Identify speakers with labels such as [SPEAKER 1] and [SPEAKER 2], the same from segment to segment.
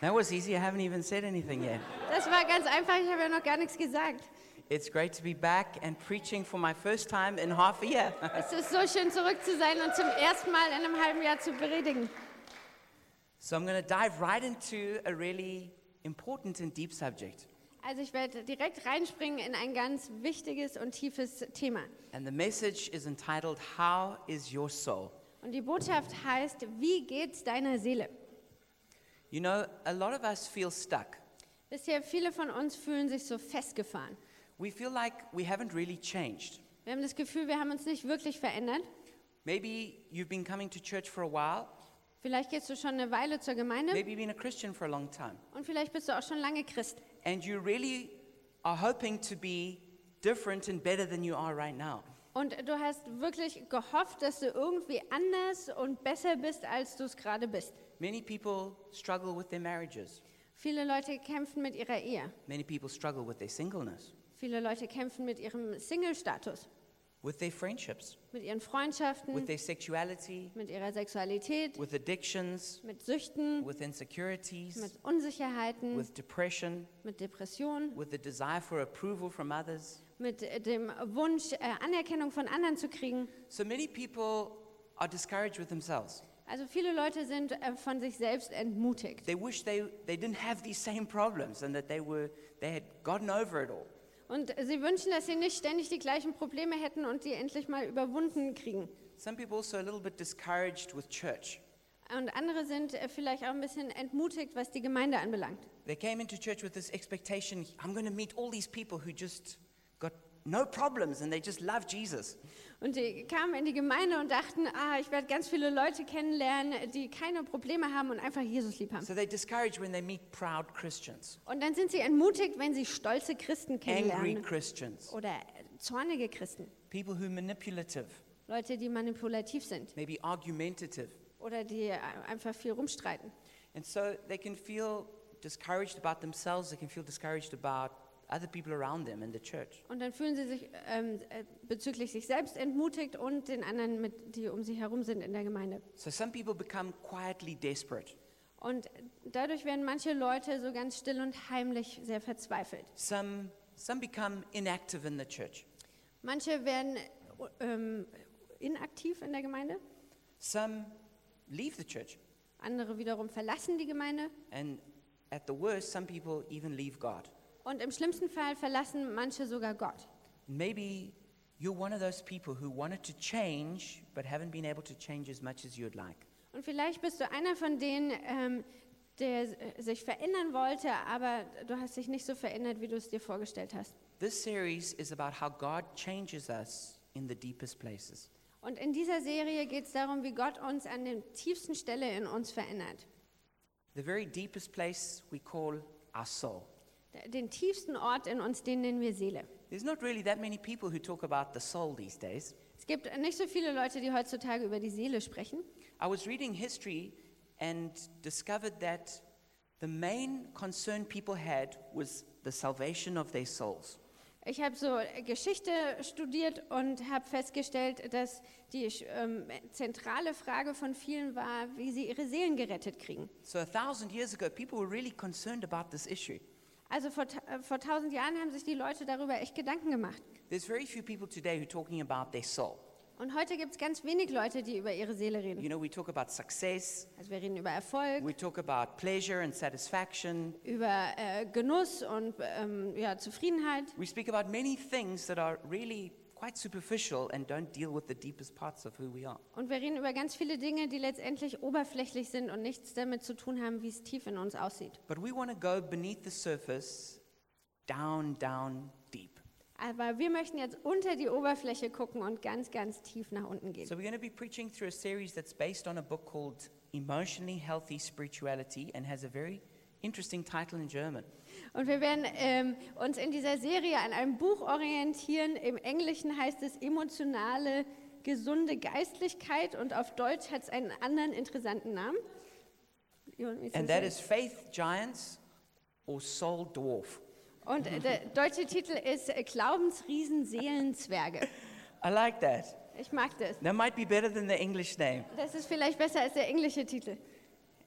[SPEAKER 1] That was easy. I haven't even said anything yet.
[SPEAKER 2] Das war ganz einfach, ich habe ja noch gar nichts gesagt.
[SPEAKER 1] It's great to be back and preaching for my first time in half a year.
[SPEAKER 2] Es ist so schön, zurück zu sein und zum ersten Mal in einem halben Jahr zu predigen.
[SPEAKER 1] so I'm going to dive right into a really important and deep subject.
[SPEAKER 2] Also ich werde direkt reinspringen in ein ganz wichtiges und tiefes Thema.
[SPEAKER 1] And the message is entitled, How is Your Soul?
[SPEAKER 2] Und die Botschaft heißt, wie geht's deiner Seele?
[SPEAKER 1] You know, a lot of us feel stuck.
[SPEAKER 2] Bisher viele von uns fühlen sich so festgefahren.
[SPEAKER 1] We feel like we haven't really changed.
[SPEAKER 2] Wir haben das Gefühl, wir haben uns nicht wirklich verändert.
[SPEAKER 1] Maybe you've been coming to church for a while,
[SPEAKER 2] Vielleicht gehst du schon eine Weile zur Gemeinde
[SPEAKER 1] maybe you've been a Christian for a long time,
[SPEAKER 2] und vielleicht bist du auch schon lange Christ.
[SPEAKER 1] and you really are hoping to be different and better than you are right now.
[SPEAKER 2] Und du hast wirklich gehofft, dass du irgendwie anders und besser bist, als du es gerade bist.
[SPEAKER 1] Many people struggle with their marriages.
[SPEAKER 2] Viele Leute kämpfen mit ihrer Ehe.
[SPEAKER 1] Many people struggle with their singleness,
[SPEAKER 2] Viele Leute kämpfen mit ihrem Single-Status,
[SPEAKER 1] with their friendships,
[SPEAKER 2] mit ihren Freundschaften,
[SPEAKER 1] with their sexuality,
[SPEAKER 2] mit ihrer Sexualität,
[SPEAKER 1] with addictions,
[SPEAKER 2] mit Süchten,
[SPEAKER 1] with insecurities,
[SPEAKER 2] mit Unsicherheiten,
[SPEAKER 1] with depression,
[SPEAKER 2] mit Depressionen,
[SPEAKER 1] with the desire for approval from others.
[SPEAKER 2] mit äh, dem Wunsch, äh, Anerkennung von anderen zu kriegen.
[SPEAKER 1] So many people are discouraged with themselves.
[SPEAKER 2] Also viele Leute sind äh, von sich selbst entmutigt
[SPEAKER 1] They wish they, they didn't have these same problems and that they, were, they had gotten over it all.
[SPEAKER 2] und sie wünschen, dass sie nicht ständig die gleichen Probleme hätten und die endlich mal überwunden kriegen.
[SPEAKER 1] Some people also a little bit discouraged with church.
[SPEAKER 2] Und andere sind äh, vielleicht auch ein bisschen entmutigt, was die Gemeinde anbelangt.
[SPEAKER 1] They came into church with this expectation I'm going to meet all these people who just got no problems and they just love Jesus.
[SPEAKER 2] Und die kamen in die Gemeinde und dachten, ah, ich werde ganz viele Leute kennenlernen, die keine Probleme haben und einfach Jesus lieb haben.
[SPEAKER 1] So they're discouraged when they meet proud Christians,
[SPEAKER 2] Und dann sind sie entmutigt, wenn sie stolze Christen
[SPEAKER 1] angry
[SPEAKER 2] kennenlernen
[SPEAKER 1] Christians,
[SPEAKER 2] oder zornige Christen,
[SPEAKER 1] people who are manipulative,
[SPEAKER 2] Leute, die manipulativ sind
[SPEAKER 1] maybe argumentative.
[SPEAKER 2] oder die äh, einfach viel rumstreiten.
[SPEAKER 1] And so they can feel discouraged about themselves, they can feel discouraged about other people around them in the church.
[SPEAKER 2] Und dann fühlen sie sich ähm, äh, bezüglich sich selbst entmutigt und den anderen, mit, die um sie herum sind in der Gemeinde.
[SPEAKER 1] So some people become quietly desperate.
[SPEAKER 2] Und dadurch werden manche Leute so ganz still und heimlich sehr verzweifelt.
[SPEAKER 1] Some, some become inactive in the church.
[SPEAKER 2] Manche werden ähm, inaktiv in der Gemeinde,
[SPEAKER 1] Some leave the church.
[SPEAKER 2] andere wiederum verlassen die Gemeinde
[SPEAKER 1] And at the worst, some people even leave God.
[SPEAKER 2] und im schlimmsten Fall verlassen manche sogar Gott.
[SPEAKER 1] Maybe you're one of those people who wanted to change but haven't been able to change as much as you'd like.
[SPEAKER 2] Und vielleicht bist du einer von denen, ähm, der äh, sich verändern wollte, aber du hast dich nicht so verändert, wie du es dir vorgestellt hast.
[SPEAKER 1] This series is about how God changes us in the deepest places.
[SPEAKER 2] Und in dieser Serie geht es darum, wie Gott uns an der tiefsten Stelle in uns verändert.
[SPEAKER 1] The very deepest place we call our soul.
[SPEAKER 2] Den tiefsten Ort in uns, den nennen wir Seele.
[SPEAKER 1] There's not really that many people who talk about the soul these days.
[SPEAKER 2] Es gibt nicht so viele Leute, die heutzutage über die Seele sprechen.
[SPEAKER 1] I was reading history and discovered that the main concern people had was the salvation of their souls.
[SPEAKER 2] Ich habe so Geschichte studiert und habe festgestellt, dass die ähm, zentrale Frage von vielen war, wie sie ihre Seelen gerettet kriegen.
[SPEAKER 1] So, a thousand years ago, people were really concerned about this issue.
[SPEAKER 2] Also vor, ta- äh, vor tausend Jahren haben sich die Leute darüber echt Gedanken gemacht.
[SPEAKER 1] There's very few people today who are talking about their soul.
[SPEAKER 2] Und heute gibt es ganz wenig Leute, die über ihre Seele reden.
[SPEAKER 1] You know, we talk about success,
[SPEAKER 2] Also wir reden über Erfolg,
[SPEAKER 1] we talk about pleasure and satisfaction,
[SPEAKER 2] über äh, Genuss und ähm, ja, Zufriedenheit.
[SPEAKER 1] we speak about many things that are really quite superficial and don't deal with the deepest parts of who we are.
[SPEAKER 2] Und wir reden über ganz viele Dinge, die letztendlich oberflächlich sind und nichts damit zu tun haben, wie es tief in uns aussieht.
[SPEAKER 1] But we want to go beneath the surface, down, down, deep.
[SPEAKER 2] Aber wir möchten jetzt unter die Oberfläche gucken und ganz, ganz tief nach unten gehen.
[SPEAKER 1] So we're going to be preaching through a series that's based on a book called Emotionally Healthy Spirituality and has a very interesting title in German.
[SPEAKER 2] Und wir werden ähm, uns in dieser Serie an einem Buch orientieren. Im Englischen heißt es emotionale, gesunde Geistlichkeit und auf Deutsch hat es einen anderen interessanten Namen. You want me to
[SPEAKER 1] And that
[SPEAKER 2] say?
[SPEAKER 1] is Faith Giants or Soul Dwarf.
[SPEAKER 2] Und äh, der deutsche Titel ist äh, Glaubensriesen, Seelenzwerge.
[SPEAKER 1] I like that.
[SPEAKER 2] Ich mag das.
[SPEAKER 1] That might be better than the English name.
[SPEAKER 2] Das ist vielleicht besser als der englische Titel.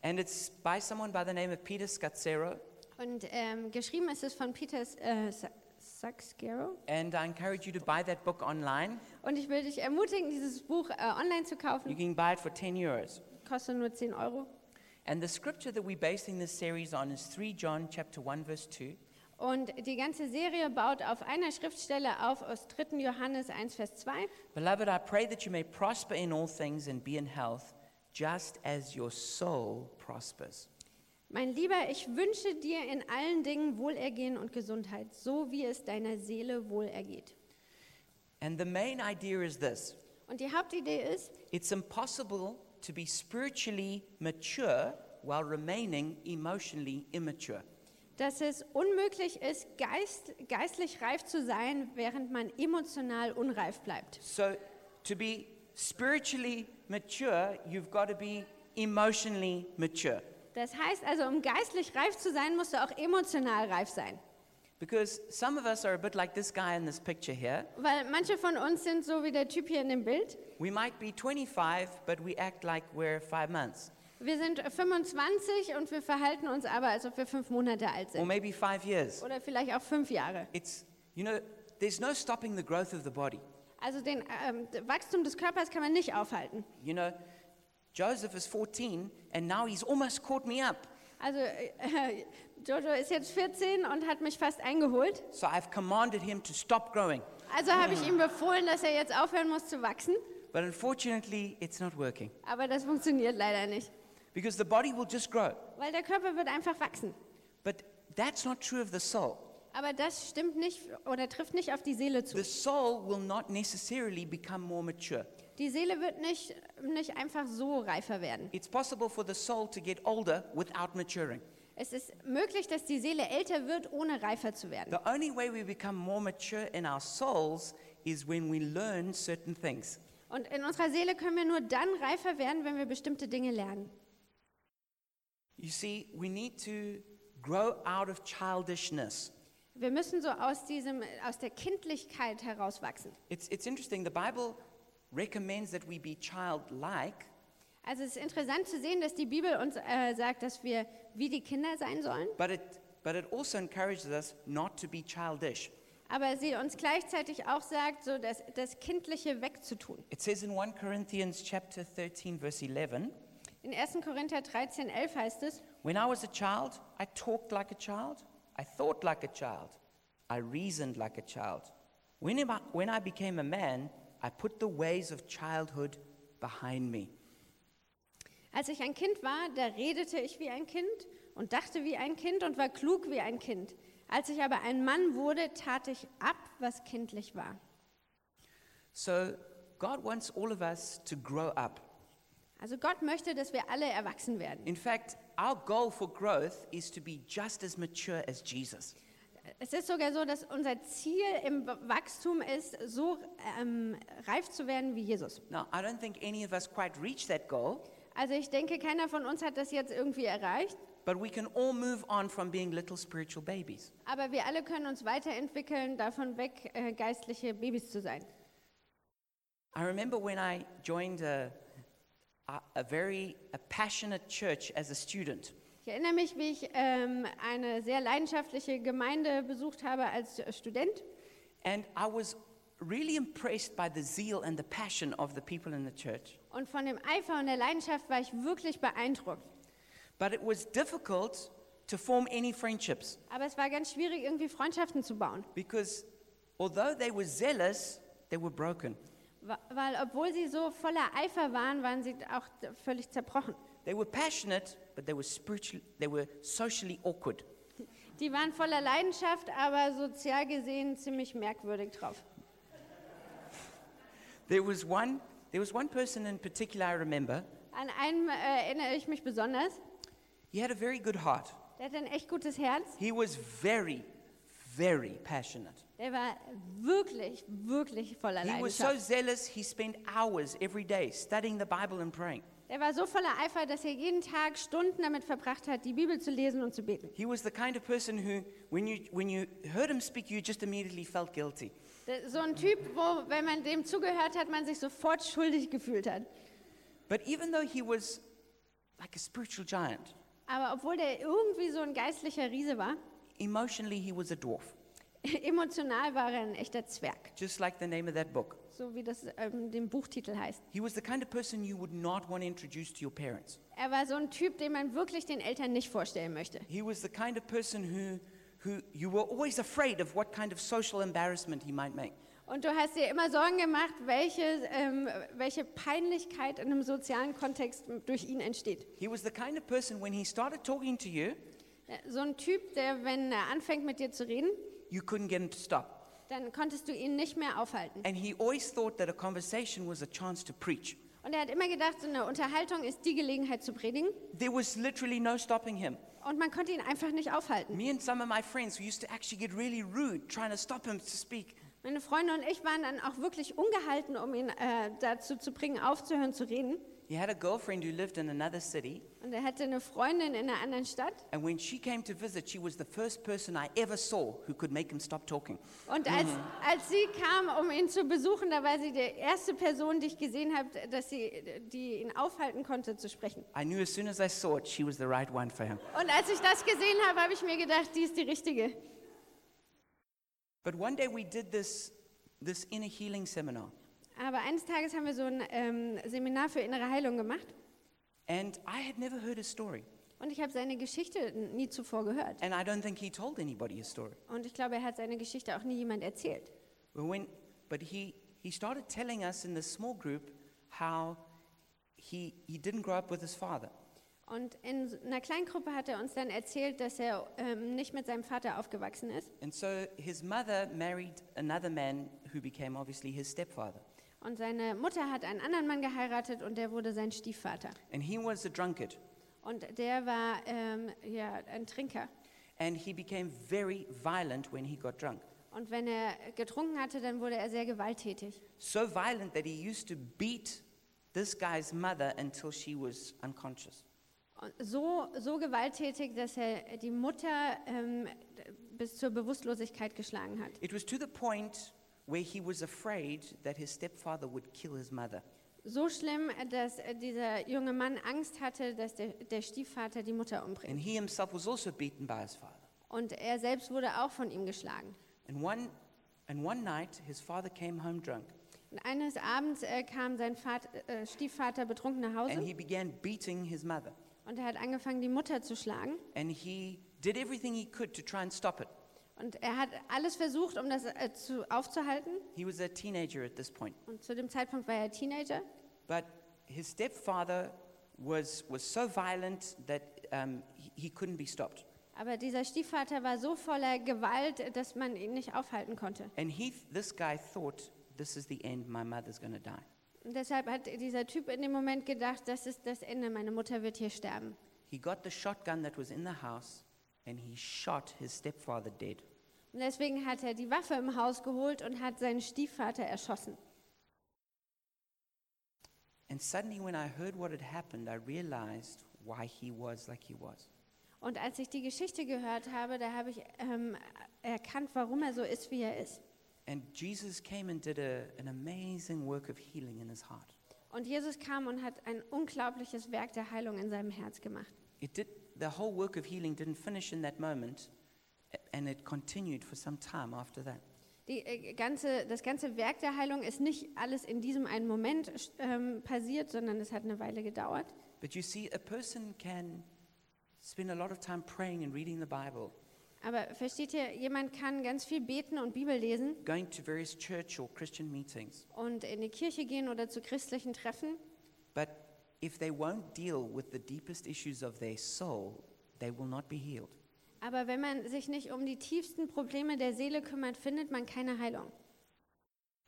[SPEAKER 1] And it's by someone by the name of Peter Scazzero.
[SPEAKER 2] Und ähm, geschrieben ist es von Peter S- äh, Sa- Saxgero.
[SPEAKER 1] And I encourage you to buy that book online.
[SPEAKER 2] Und ich will dich ermutigen, dieses Buch äh, online zu
[SPEAKER 1] You
[SPEAKER 2] kaufen.
[SPEAKER 1] can buy it for 10 euros.
[SPEAKER 2] Kostet nur 10 Euro.
[SPEAKER 1] And the scripture that we're basing this series on is 3 John chapter 1 verse 2.
[SPEAKER 2] Und die ganze Serie baut auf einer Schriftstelle auf aus 3. Johannes 1, Vers 2.
[SPEAKER 1] Beloved, I pray that you may prosper in all things and be in health, just as your soul prospers.
[SPEAKER 2] Mein Lieber, ich wünsche dir in allen Dingen Wohlergehen und Gesundheit, so wie es deiner Seele wohlergeht.
[SPEAKER 1] And the main idea is this
[SPEAKER 2] Und die Hauptidee ist,
[SPEAKER 1] it's impossible to be spiritually mature while remaining emotionally immature.
[SPEAKER 2] dass es unmöglich ist, geist, geistlich reif zu sein, während man emotional unreif bleibt.
[SPEAKER 1] So, to be spiritually mature, you've got to be emotionally mature.
[SPEAKER 2] Das heißt also, um geistlich reif zu sein, musst du auch emotional reif sein.
[SPEAKER 1] Because some of us are a bit like this guy in this picture here.
[SPEAKER 2] Weil manche von uns sind so wie der Typ hier in dem Bild.
[SPEAKER 1] We might be 25, but we act like we're five months,
[SPEAKER 2] Wir sind 25 und wir verhalten uns aber, als ob wir fünf Monate alt
[SPEAKER 1] or
[SPEAKER 2] sind.
[SPEAKER 1] maybe five years.
[SPEAKER 2] Oder vielleicht auch fünf Jahre.
[SPEAKER 1] It's, you know, there's no stopping the growth of the body.
[SPEAKER 2] Also den ähm, d- Wachstum des Körpers kann man nicht aufhalten.
[SPEAKER 1] You know, Joseph is 14 and now he's almost caught me up.
[SPEAKER 2] Also äh, Jojo ist jetzt 14 und hat mich fast eingeholt.
[SPEAKER 1] So I've commanded him to stop growing.
[SPEAKER 2] Also habe ich ihm befohlen, dass er jetzt aufhören muss zu wachsen.
[SPEAKER 1] But unfortunately, it's not working
[SPEAKER 2] Aber das funktioniert leider nicht.
[SPEAKER 1] because the body will just grow.
[SPEAKER 2] Weil der Körper wird einfach wachsen.
[SPEAKER 1] But that's not true of the soul.
[SPEAKER 2] Aber das stimmt nicht oder trifft nicht auf die Seele zu.
[SPEAKER 1] The soul will not necessarily become more mature.
[SPEAKER 2] Die Seele wird nicht, nicht einfach so reifer werden.
[SPEAKER 1] It's possible for the soul to get older without maturing.
[SPEAKER 2] Es ist möglich, dass die Seele älter wird, ohne reifer zu werden.
[SPEAKER 1] The only way we become more mature in our souls is when we learn certain things.
[SPEAKER 2] Und in unserer Seele können wir nur dann reifer werden, wenn wir bestimmte Dinge lernen.
[SPEAKER 1] You see, we need to grow out of childishness.
[SPEAKER 2] Wir müssen so aus, diesem, aus der Kindlichkeit herauswachsen.
[SPEAKER 1] It's, it's interesting, the Bible recommends that we be childlike,
[SPEAKER 2] Also es ist interessant zu sehen, dass die Bibel uns äh, sagt, dass wir wie die Kinder sein sollen,
[SPEAKER 1] but it, but it also encourages us not to be childish.
[SPEAKER 2] aber sie uns gleichzeitig auch sagt, so dass, das Kindliche wegzutun.
[SPEAKER 1] It says in 1 Corinthians chapter 13 verse 11,
[SPEAKER 2] In 1. Korinther 13, 11 heißt es,
[SPEAKER 1] When I was a child, I talked like a child, I thought like a child, I reasoned like a child. When am I, when I became a man, I put the ways of childhood behind me.
[SPEAKER 2] als ich ein Kind war, da redete ich wie ein Kind und dachte wie ein Kind und war klug wie ein Kind. Als ich aber ein Mann wurde, tat ich ab, was kindlich war.
[SPEAKER 1] So God wants all of us to grow up.
[SPEAKER 2] Also Gott möchte, dass wir alle erwachsen werden.
[SPEAKER 1] In fact, our goal for growth is to be just as mature as Jesus.
[SPEAKER 2] Es ist sogar so, dass unser Ziel im Wachstum ist, so ähm, reif zu werden wie Jesus.
[SPEAKER 1] Now, I don't think any of us quite reach that goal,
[SPEAKER 2] Also ich denke, keiner von uns hat das jetzt irgendwie erreicht,
[SPEAKER 1] but we can all move on from being little spiritual babies.
[SPEAKER 2] aber wir alle können uns weiterentwickeln, davon weg, äh, geistliche Babys zu sein.
[SPEAKER 1] I remember when I joined a, a, a very a passionate church as a student.
[SPEAKER 2] Ich erinnere mich, wie ich ähm, eine sehr leidenschaftliche Gemeinde besucht habe als äh, Student.
[SPEAKER 1] And I was really impressed by the zeal and the passion of the people in the church.
[SPEAKER 2] Und von dem Eifer und der Leidenschaft war ich wirklich beeindruckt.
[SPEAKER 1] But it was difficult to form any friendships
[SPEAKER 2] Aber es war ganz schwierig, irgendwie Freundschaften zu bauen.
[SPEAKER 1] because although they were zealous, they were broken.
[SPEAKER 2] Wa- Weil obwohl sie so voller Eifer waren, waren sie auch d- völlig zerbrochen.
[SPEAKER 1] They were passionate, but they were spiritually, they were socially awkward.
[SPEAKER 2] Die waren voller Leidenschaft, aber sozial gesehen ziemlich merkwürdig drauf.
[SPEAKER 1] There was one, there was one person in particular I remember.
[SPEAKER 2] An einen äh, erinnere ich mich besonders.
[SPEAKER 1] He had a very good heart.
[SPEAKER 2] Der hatte ein echt gutes Herz.
[SPEAKER 1] He was very, very passionate.
[SPEAKER 2] Der war wirklich, wirklich voller
[SPEAKER 1] He was so
[SPEAKER 2] Leidenschaft.
[SPEAKER 1] zealous, he spent hours every day studying the Bible and praying.
[SPEAKER 2] Der war so voller Eifer, dass er jeden Tag Stunden damit verbracht hat, die Bibel zu lesen und zu beten.
[SPEAKER 1] He was the kind of person who, when you, when you heard him speak, you just immediately felt guilty.
[SPEAKER 2] Der- So ein Typ, wo, wenn man dem zugehört hat, man sich sofort schuldig gefühlt hat.
[SPEAKER 1] But even though he was like a spiritual giant.
[SPEAKER 2] Aber obwohl der irgendwie so ein geistlicher Riese war,
[SPEAKER 1] Emotionally, he was a dwarf,
[SPEAKER 2] emotional war er ein echter Zwerg,
[SPEAKER 1] just like the name of that book.
[SPEAKER 2] so wie das ähm, dem Buchtitel heißt.
[SPEAKER 1] He was the kind of person you would not want to introduce to your parents.
[SPEAKER 2] Er war so ein Typ, den man wirklich den Eltern nicht vorstellen möchte.
[SPEAKER 1] He was the kind of person who, who you were always afraid of what kind of social embarrassment he might make.
[SPEAKER 2] Und du hast dir immer Sorgen gemacht, welche, ähm, welche Peinlichkeit in einem sozialen Kontext durch ihn entsteht.
[SPEAKER 1] He was the kind of person when he started talking to you,
[SPEAKER 2] So ein Typ, der, wenn er anfängt mit dir zu reden,
[SPEAKER 1] you couldn't get him to stop.
[SPEAKER 2] dann konntest du ihn nicht mehr aufhalten.
[SPEAKER 1] And he always thought that a conversation was a chance to preach.
[SPEAKER 2] Und er hat immer gedacht, so eine Unterhaltung ist die Gelegenheit zu predigen.
[SPEAKER 1] There was literally no stopping him.
[SPEAKER 2] Und man konnte ihn einfach nicht aufhalten.
[SPEAKER 1] Me and some of my friends, we used to actually get really rude trying to stop him to speak.
[SPEAKER 2] Meine Freunde und ich waren dann auch wirklich ungehalten, um ihn äh, dazu zu bringen, aufzuhören zu reden.
[SPEAKER 1] He had a girlfriend who lived in another city,
[SPEAKER 2] Und er hatte eine Freundin in einer anderen Stadt.
[SPEAKER 1] and when she came to visit, she was the first person I ever saw who could make him stop talking.
[SPEAKER 2] Und als, als sie kam, um ihn zu besuchen, da war sie die erste Person, die ich gesehen habe, dass sie, die ihn aufhalten konnte, zu sprechen.
[SPEAKER 1] I knew as soon as I saw it, she was the right one for him.
[SPEAKER 2] Und als ich das gesehen habe, habe ich mir gedacht, die ist die Richtige.
[SPEAKER 1] But one day we did this, this inner healing seminar,
[SPEAKER 2] Aber eines Tages haben wir so ein ähm, Seminar für innere Heilung gemacht.
[SPEAKER 1] and I had never heard his story,
[SPEAKER 2] Und ich habe seine Geschichte n- nie zuvor gehört.
[SPEAKER 1] and I don't think he told anybody his story.
[SPEAKER 2] Und ich glaube, er hat seine Geschichte auch nie jemand erzählt.
[SPEAKER 1] But, when, but he, he started telling us in this small group how he, he didn't grow up with his father.
[SPEAKER 2] Und in s- einer kleinen Gruppe hat er uns dann erzählt, dass er ähm, nicht mit seinem Vater aufgewachsen ist.
[SPEAKER 1] And so his mother married another man who became obviously his stepfather.
[SPEAKER 2] Und seine Mutter hat einen anderen Mann geheiratet und der wurde sein Stiefvater.
[SPEAKER 1] And he was a drunkard.
[SPEAKER 2] Und der war ähm, ja, ein Trinker.
[SPEAKER 1] And he became very violent when he got drunk.
[SPEAKER 2] Und wenn er getrunken hatte, dann wurde er sehr gewalttätig.
[SPEAKER 1] So violent that he used to beat this guy's mother until she was unconscious.
[SPEAKER 2] Und so, so gewalttätig, dass er die Mutter ähm, d- bis zur Bewusstlosigkeit geschlagen hat.
[SPEAKER 1] It was to the point where he was afraid that his stepfather would kill his mother.
[SPEAKER 2] So schlimm, dass äh, dieser junge Mann Angst hatte, dass der, der Stiefvater die Mutter umbringt.
[SPEAKER 1] And he himself was also beaten by his father.
[SPEAKER 2] Und er selbst wurde auch von ihm geschlagen.
[SPEAKER 1] And one, and one night, his father came home drunk
[SPEAKER 2] Und eines Abends äh, kam sein Vat, äh, Stiefvater betrunken nach
[SPEAKER 1] and
[SPEAKER 2] Hause
[SPEAKER 1] he began beating his mother.
[SPEAKER 2] und er hat angefangen, die Mutter zu schlagen.
[SPEAKER 1] And he did everything he could to try and stop it.
[SPEAKER 2] Und er hat alles versucht, um das äh, zu, aufzuhalten.
[SPEAKER 1] He was a teenager at this point.
[SPEAKER 2] Und zu dem Zeitpunkt war er Teenager.
[SPEAKER 1] But his stepfather was, was so violent that um, he, he couldn't be stopped.
[SPEAKER 2] Aber dieser Stiefvater war so voller Gewalt, äh, dass man ihn nicht aufhalten konnte.
[SPEAKER 1] And he, this guy thought, this is the end, my mother's going to die.
[SPEAKER 2] Und deshalb hat dieser Typ in dem Moment gedacht, das ist das Ende, meine Mutter wird hier sterben.
[SPEAKER 1] He got the shotgun that was in the house and he shot his stepfather dead.
[SPEAKER 2] Und deswegen hat er die Waffe im Haus geholt und hat seinen Stiefvater erschossen.
[SPEAKER 1] And suddenly, when I heard what had happened, I realized why he was like he was.
[SPEAKER 2] Und als ich die Geschichte gehört habe, da habe ich ähm, erkannt, warum er so ist, wie er ist.
[SPEAKER 1] And Jesus came and did a, an amazing work of healing in his heart.
[SPEAKER 2] Und Jesus kam und hat ein unglaubliches Werk der Heilung in seinem Herz gemacht.
[SPEAKER 1] It did, the whole work of healing didn't finish in that moment, a- and it continued for some time after that.
[SPEAKER 2] Die, äh, ganze, das ganze Werk der Heilung ist nicht alles in diesem einen Moment ähm, passiert, sondern es hat eine Weile gedauert.
[SPEAKER 1] But you see, a person can spend a lot of time praying and reading the Bible,
[SPEAKER 2] Aber versteht ihr, jemand kann ganz viel beten und Bibel lesen
[SPEAKER 1] going to various church or Christian meetings.
[SPEAKER 2] und in die Kirche gehen oder zu christlichen Treffen,
[SPEAKER 1] But if they won't deal with the deepest issues of their soul, they will not be healed.
[SPEAKER 2] aber wenn man sich nicht um die tiefsten Probleme der Seele kümmert, findet man keine Heilung.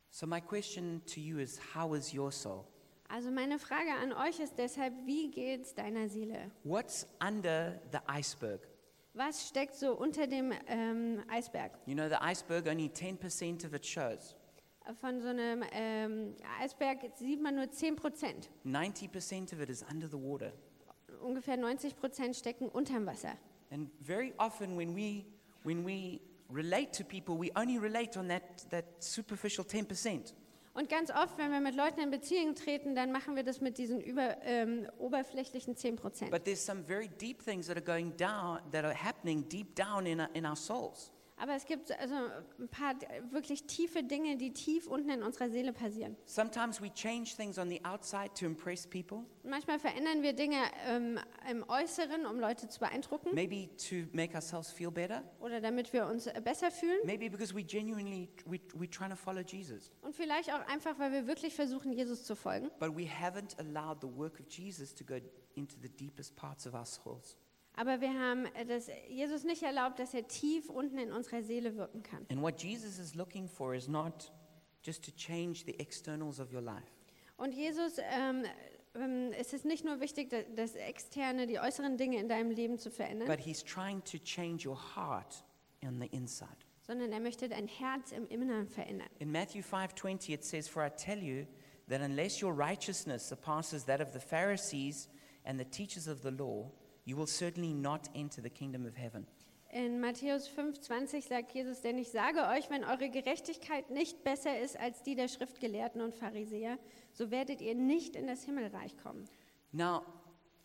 [SPEAKER 1] So, my question to you is How is your soul?
[SPEAKER 2] Also meine Frage an euch ist deshalb, wie geht's deiner Seele?
[SPEAKER 1] What's under the iceberg?
[SPEAKER 2] Was steckt so unter dem ähm, Eisberg?
[SPEAKER 1] You know, the iceberg, only 10% of it shows.
[SPEAKER 2] Von so einem ähm, Eisberg sieht man nur 10 Prozent.
[SPEAKER 1] 90% of it is under the water.
[SPEAKER 2] Ungefähr 90 Prozent stecken unterm Wasser.
[SPEAKER 1] And very often, when we, when we relate to people, we only relate on that, that superficial 10%.
[SPEAKER 2] Und ganz oft, wenn wir mit Leuten in Beziehung treten, dann machen wir das mit diesen über, ähm, oberflächlichen 10 Prozent.
[SPEAKER 1] But there's some very deep things that are going down, that are happening deep down in our, in our souls.
[SPEAKER 2] Aber es gibt also ein paar wirklich tiefe Dinge, die tief unten in unserer Seele passieren.
[SPEAKER 1] Sometimes we change things on the outside to impress people,
[SPEAKER 2] Manchmal verändern wir Dinge ähm, im Äußeren, um Leute zu beeindrucken
[SPEAKER 1] maybe to make ourselves feel better,
[SPEAKER 2] oder damit wir uns äh, besser fühlen.
[SPEAKER 1] maybe because we genuinely we, we're trying to follow Jesus.
[SPEAKER 2] Und vielleicht auch einfach, weil wir wirklich versuchen, Jesus zu folgen.
[SPEAKER 1] But we haven't allowed the work of Jesus to go into the deepest parts of our souls.
[SPEAKER 2] Aber wir haben äh, das Jesus nicht erlaubt, dass er tief unten in unserer Seele wirken kann.
[SPEAKER 1] And what Jesus is looking for is not just to change the externals of your life.
[SPEAKER 2] Und Jesus, ähm, ähm, es ist nicht nur wichtig, da- das Externe, die äußeren Dinge in deinem Leben zu verändern,
[SPEAKER 1] But he's trying to change your heart on the inside.
[SPEAKER 2] sondern er möchte dein Herz im Inneren verändern.
[SPEAKER 1] In Matthew 5:20 it says for I tell you that unless your righteousness surpasses that of the Pharisees and the teachers of the law you will certainly not enter the kingdom of heaven.
[SPEAKER 2] In Matthäus 5,20 sagt Jesus, denn ich sage euch, wenn eure Gerechtigkeit nicht besser ist als die der Schriftgelehrten und Pharisäer, so werdet ihr nicht in das Himmelreich kommen.
[SPEAKER 1] Now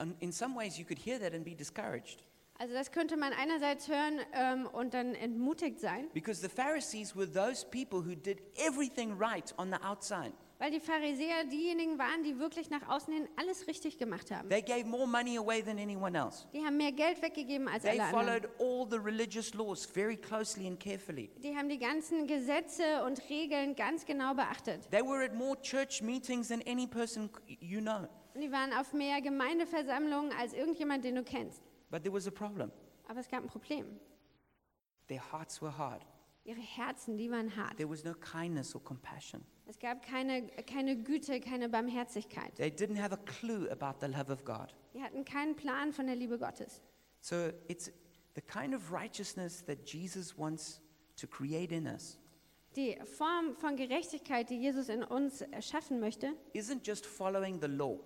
[SPEAKER 1] um, in some ways you could hear that and be discouraged
[SPEAKER 2] Also das könnte man einerseits hören ähm, und dann entmutigt sein,
[SPEAKER 1] because the Pharisees were those people who did everything right on the outside.
[SPEAKER 2] weil die Pharisäer diejenigen waren, die wirklich nach außen hin alles richtig gemacht haben.
[SPEAKER 1] They gave more money away than anyone else.
[SPEAKER 2] Die haben mehr Geld weggegeben als
[SPEAKER 1] They
[SPEAKER 2] alle anderen.
[SPEAKER 1] followed all the religious laws very closely and carefully.
[SPEAKER 2] Die haben die ganzen Gesetze und Regeln ganz genau beachtet.
[SPEAKER 1] They were at more church meetings than any person c- you know.
[SPEAKER 2] Und die waren auf mehr Gemeindeversammlungen als irgendjemand, den du kennst.
[SPEAKER 1] But there was a problem.
[SPEAKER 2] Aber es gab ein Problem.
[SPEAKER 1] Their hearts were hard.
[SPEAKER 2] Ihre Herzen, die waren hart.
[SPEAKER 1] There was no kindness or compassion.
[SPEAKER 2] Es gab keine, keine Güte, keine Barmherzigkeit.
[SPEAKER 1] They didn't have a clue about the love of God.
[SPEAKER 2] Die hatten keinen Plan von der Liebe Gottes.
[SPEAKER 1] So it's the kind of righteousness that Jesus wants to create in us
[SPEAKER 2] Die Form von Gerechtigkeit, die Jesus in uns schaffen möchte,
[SPEAKER 1] isn't just following the law,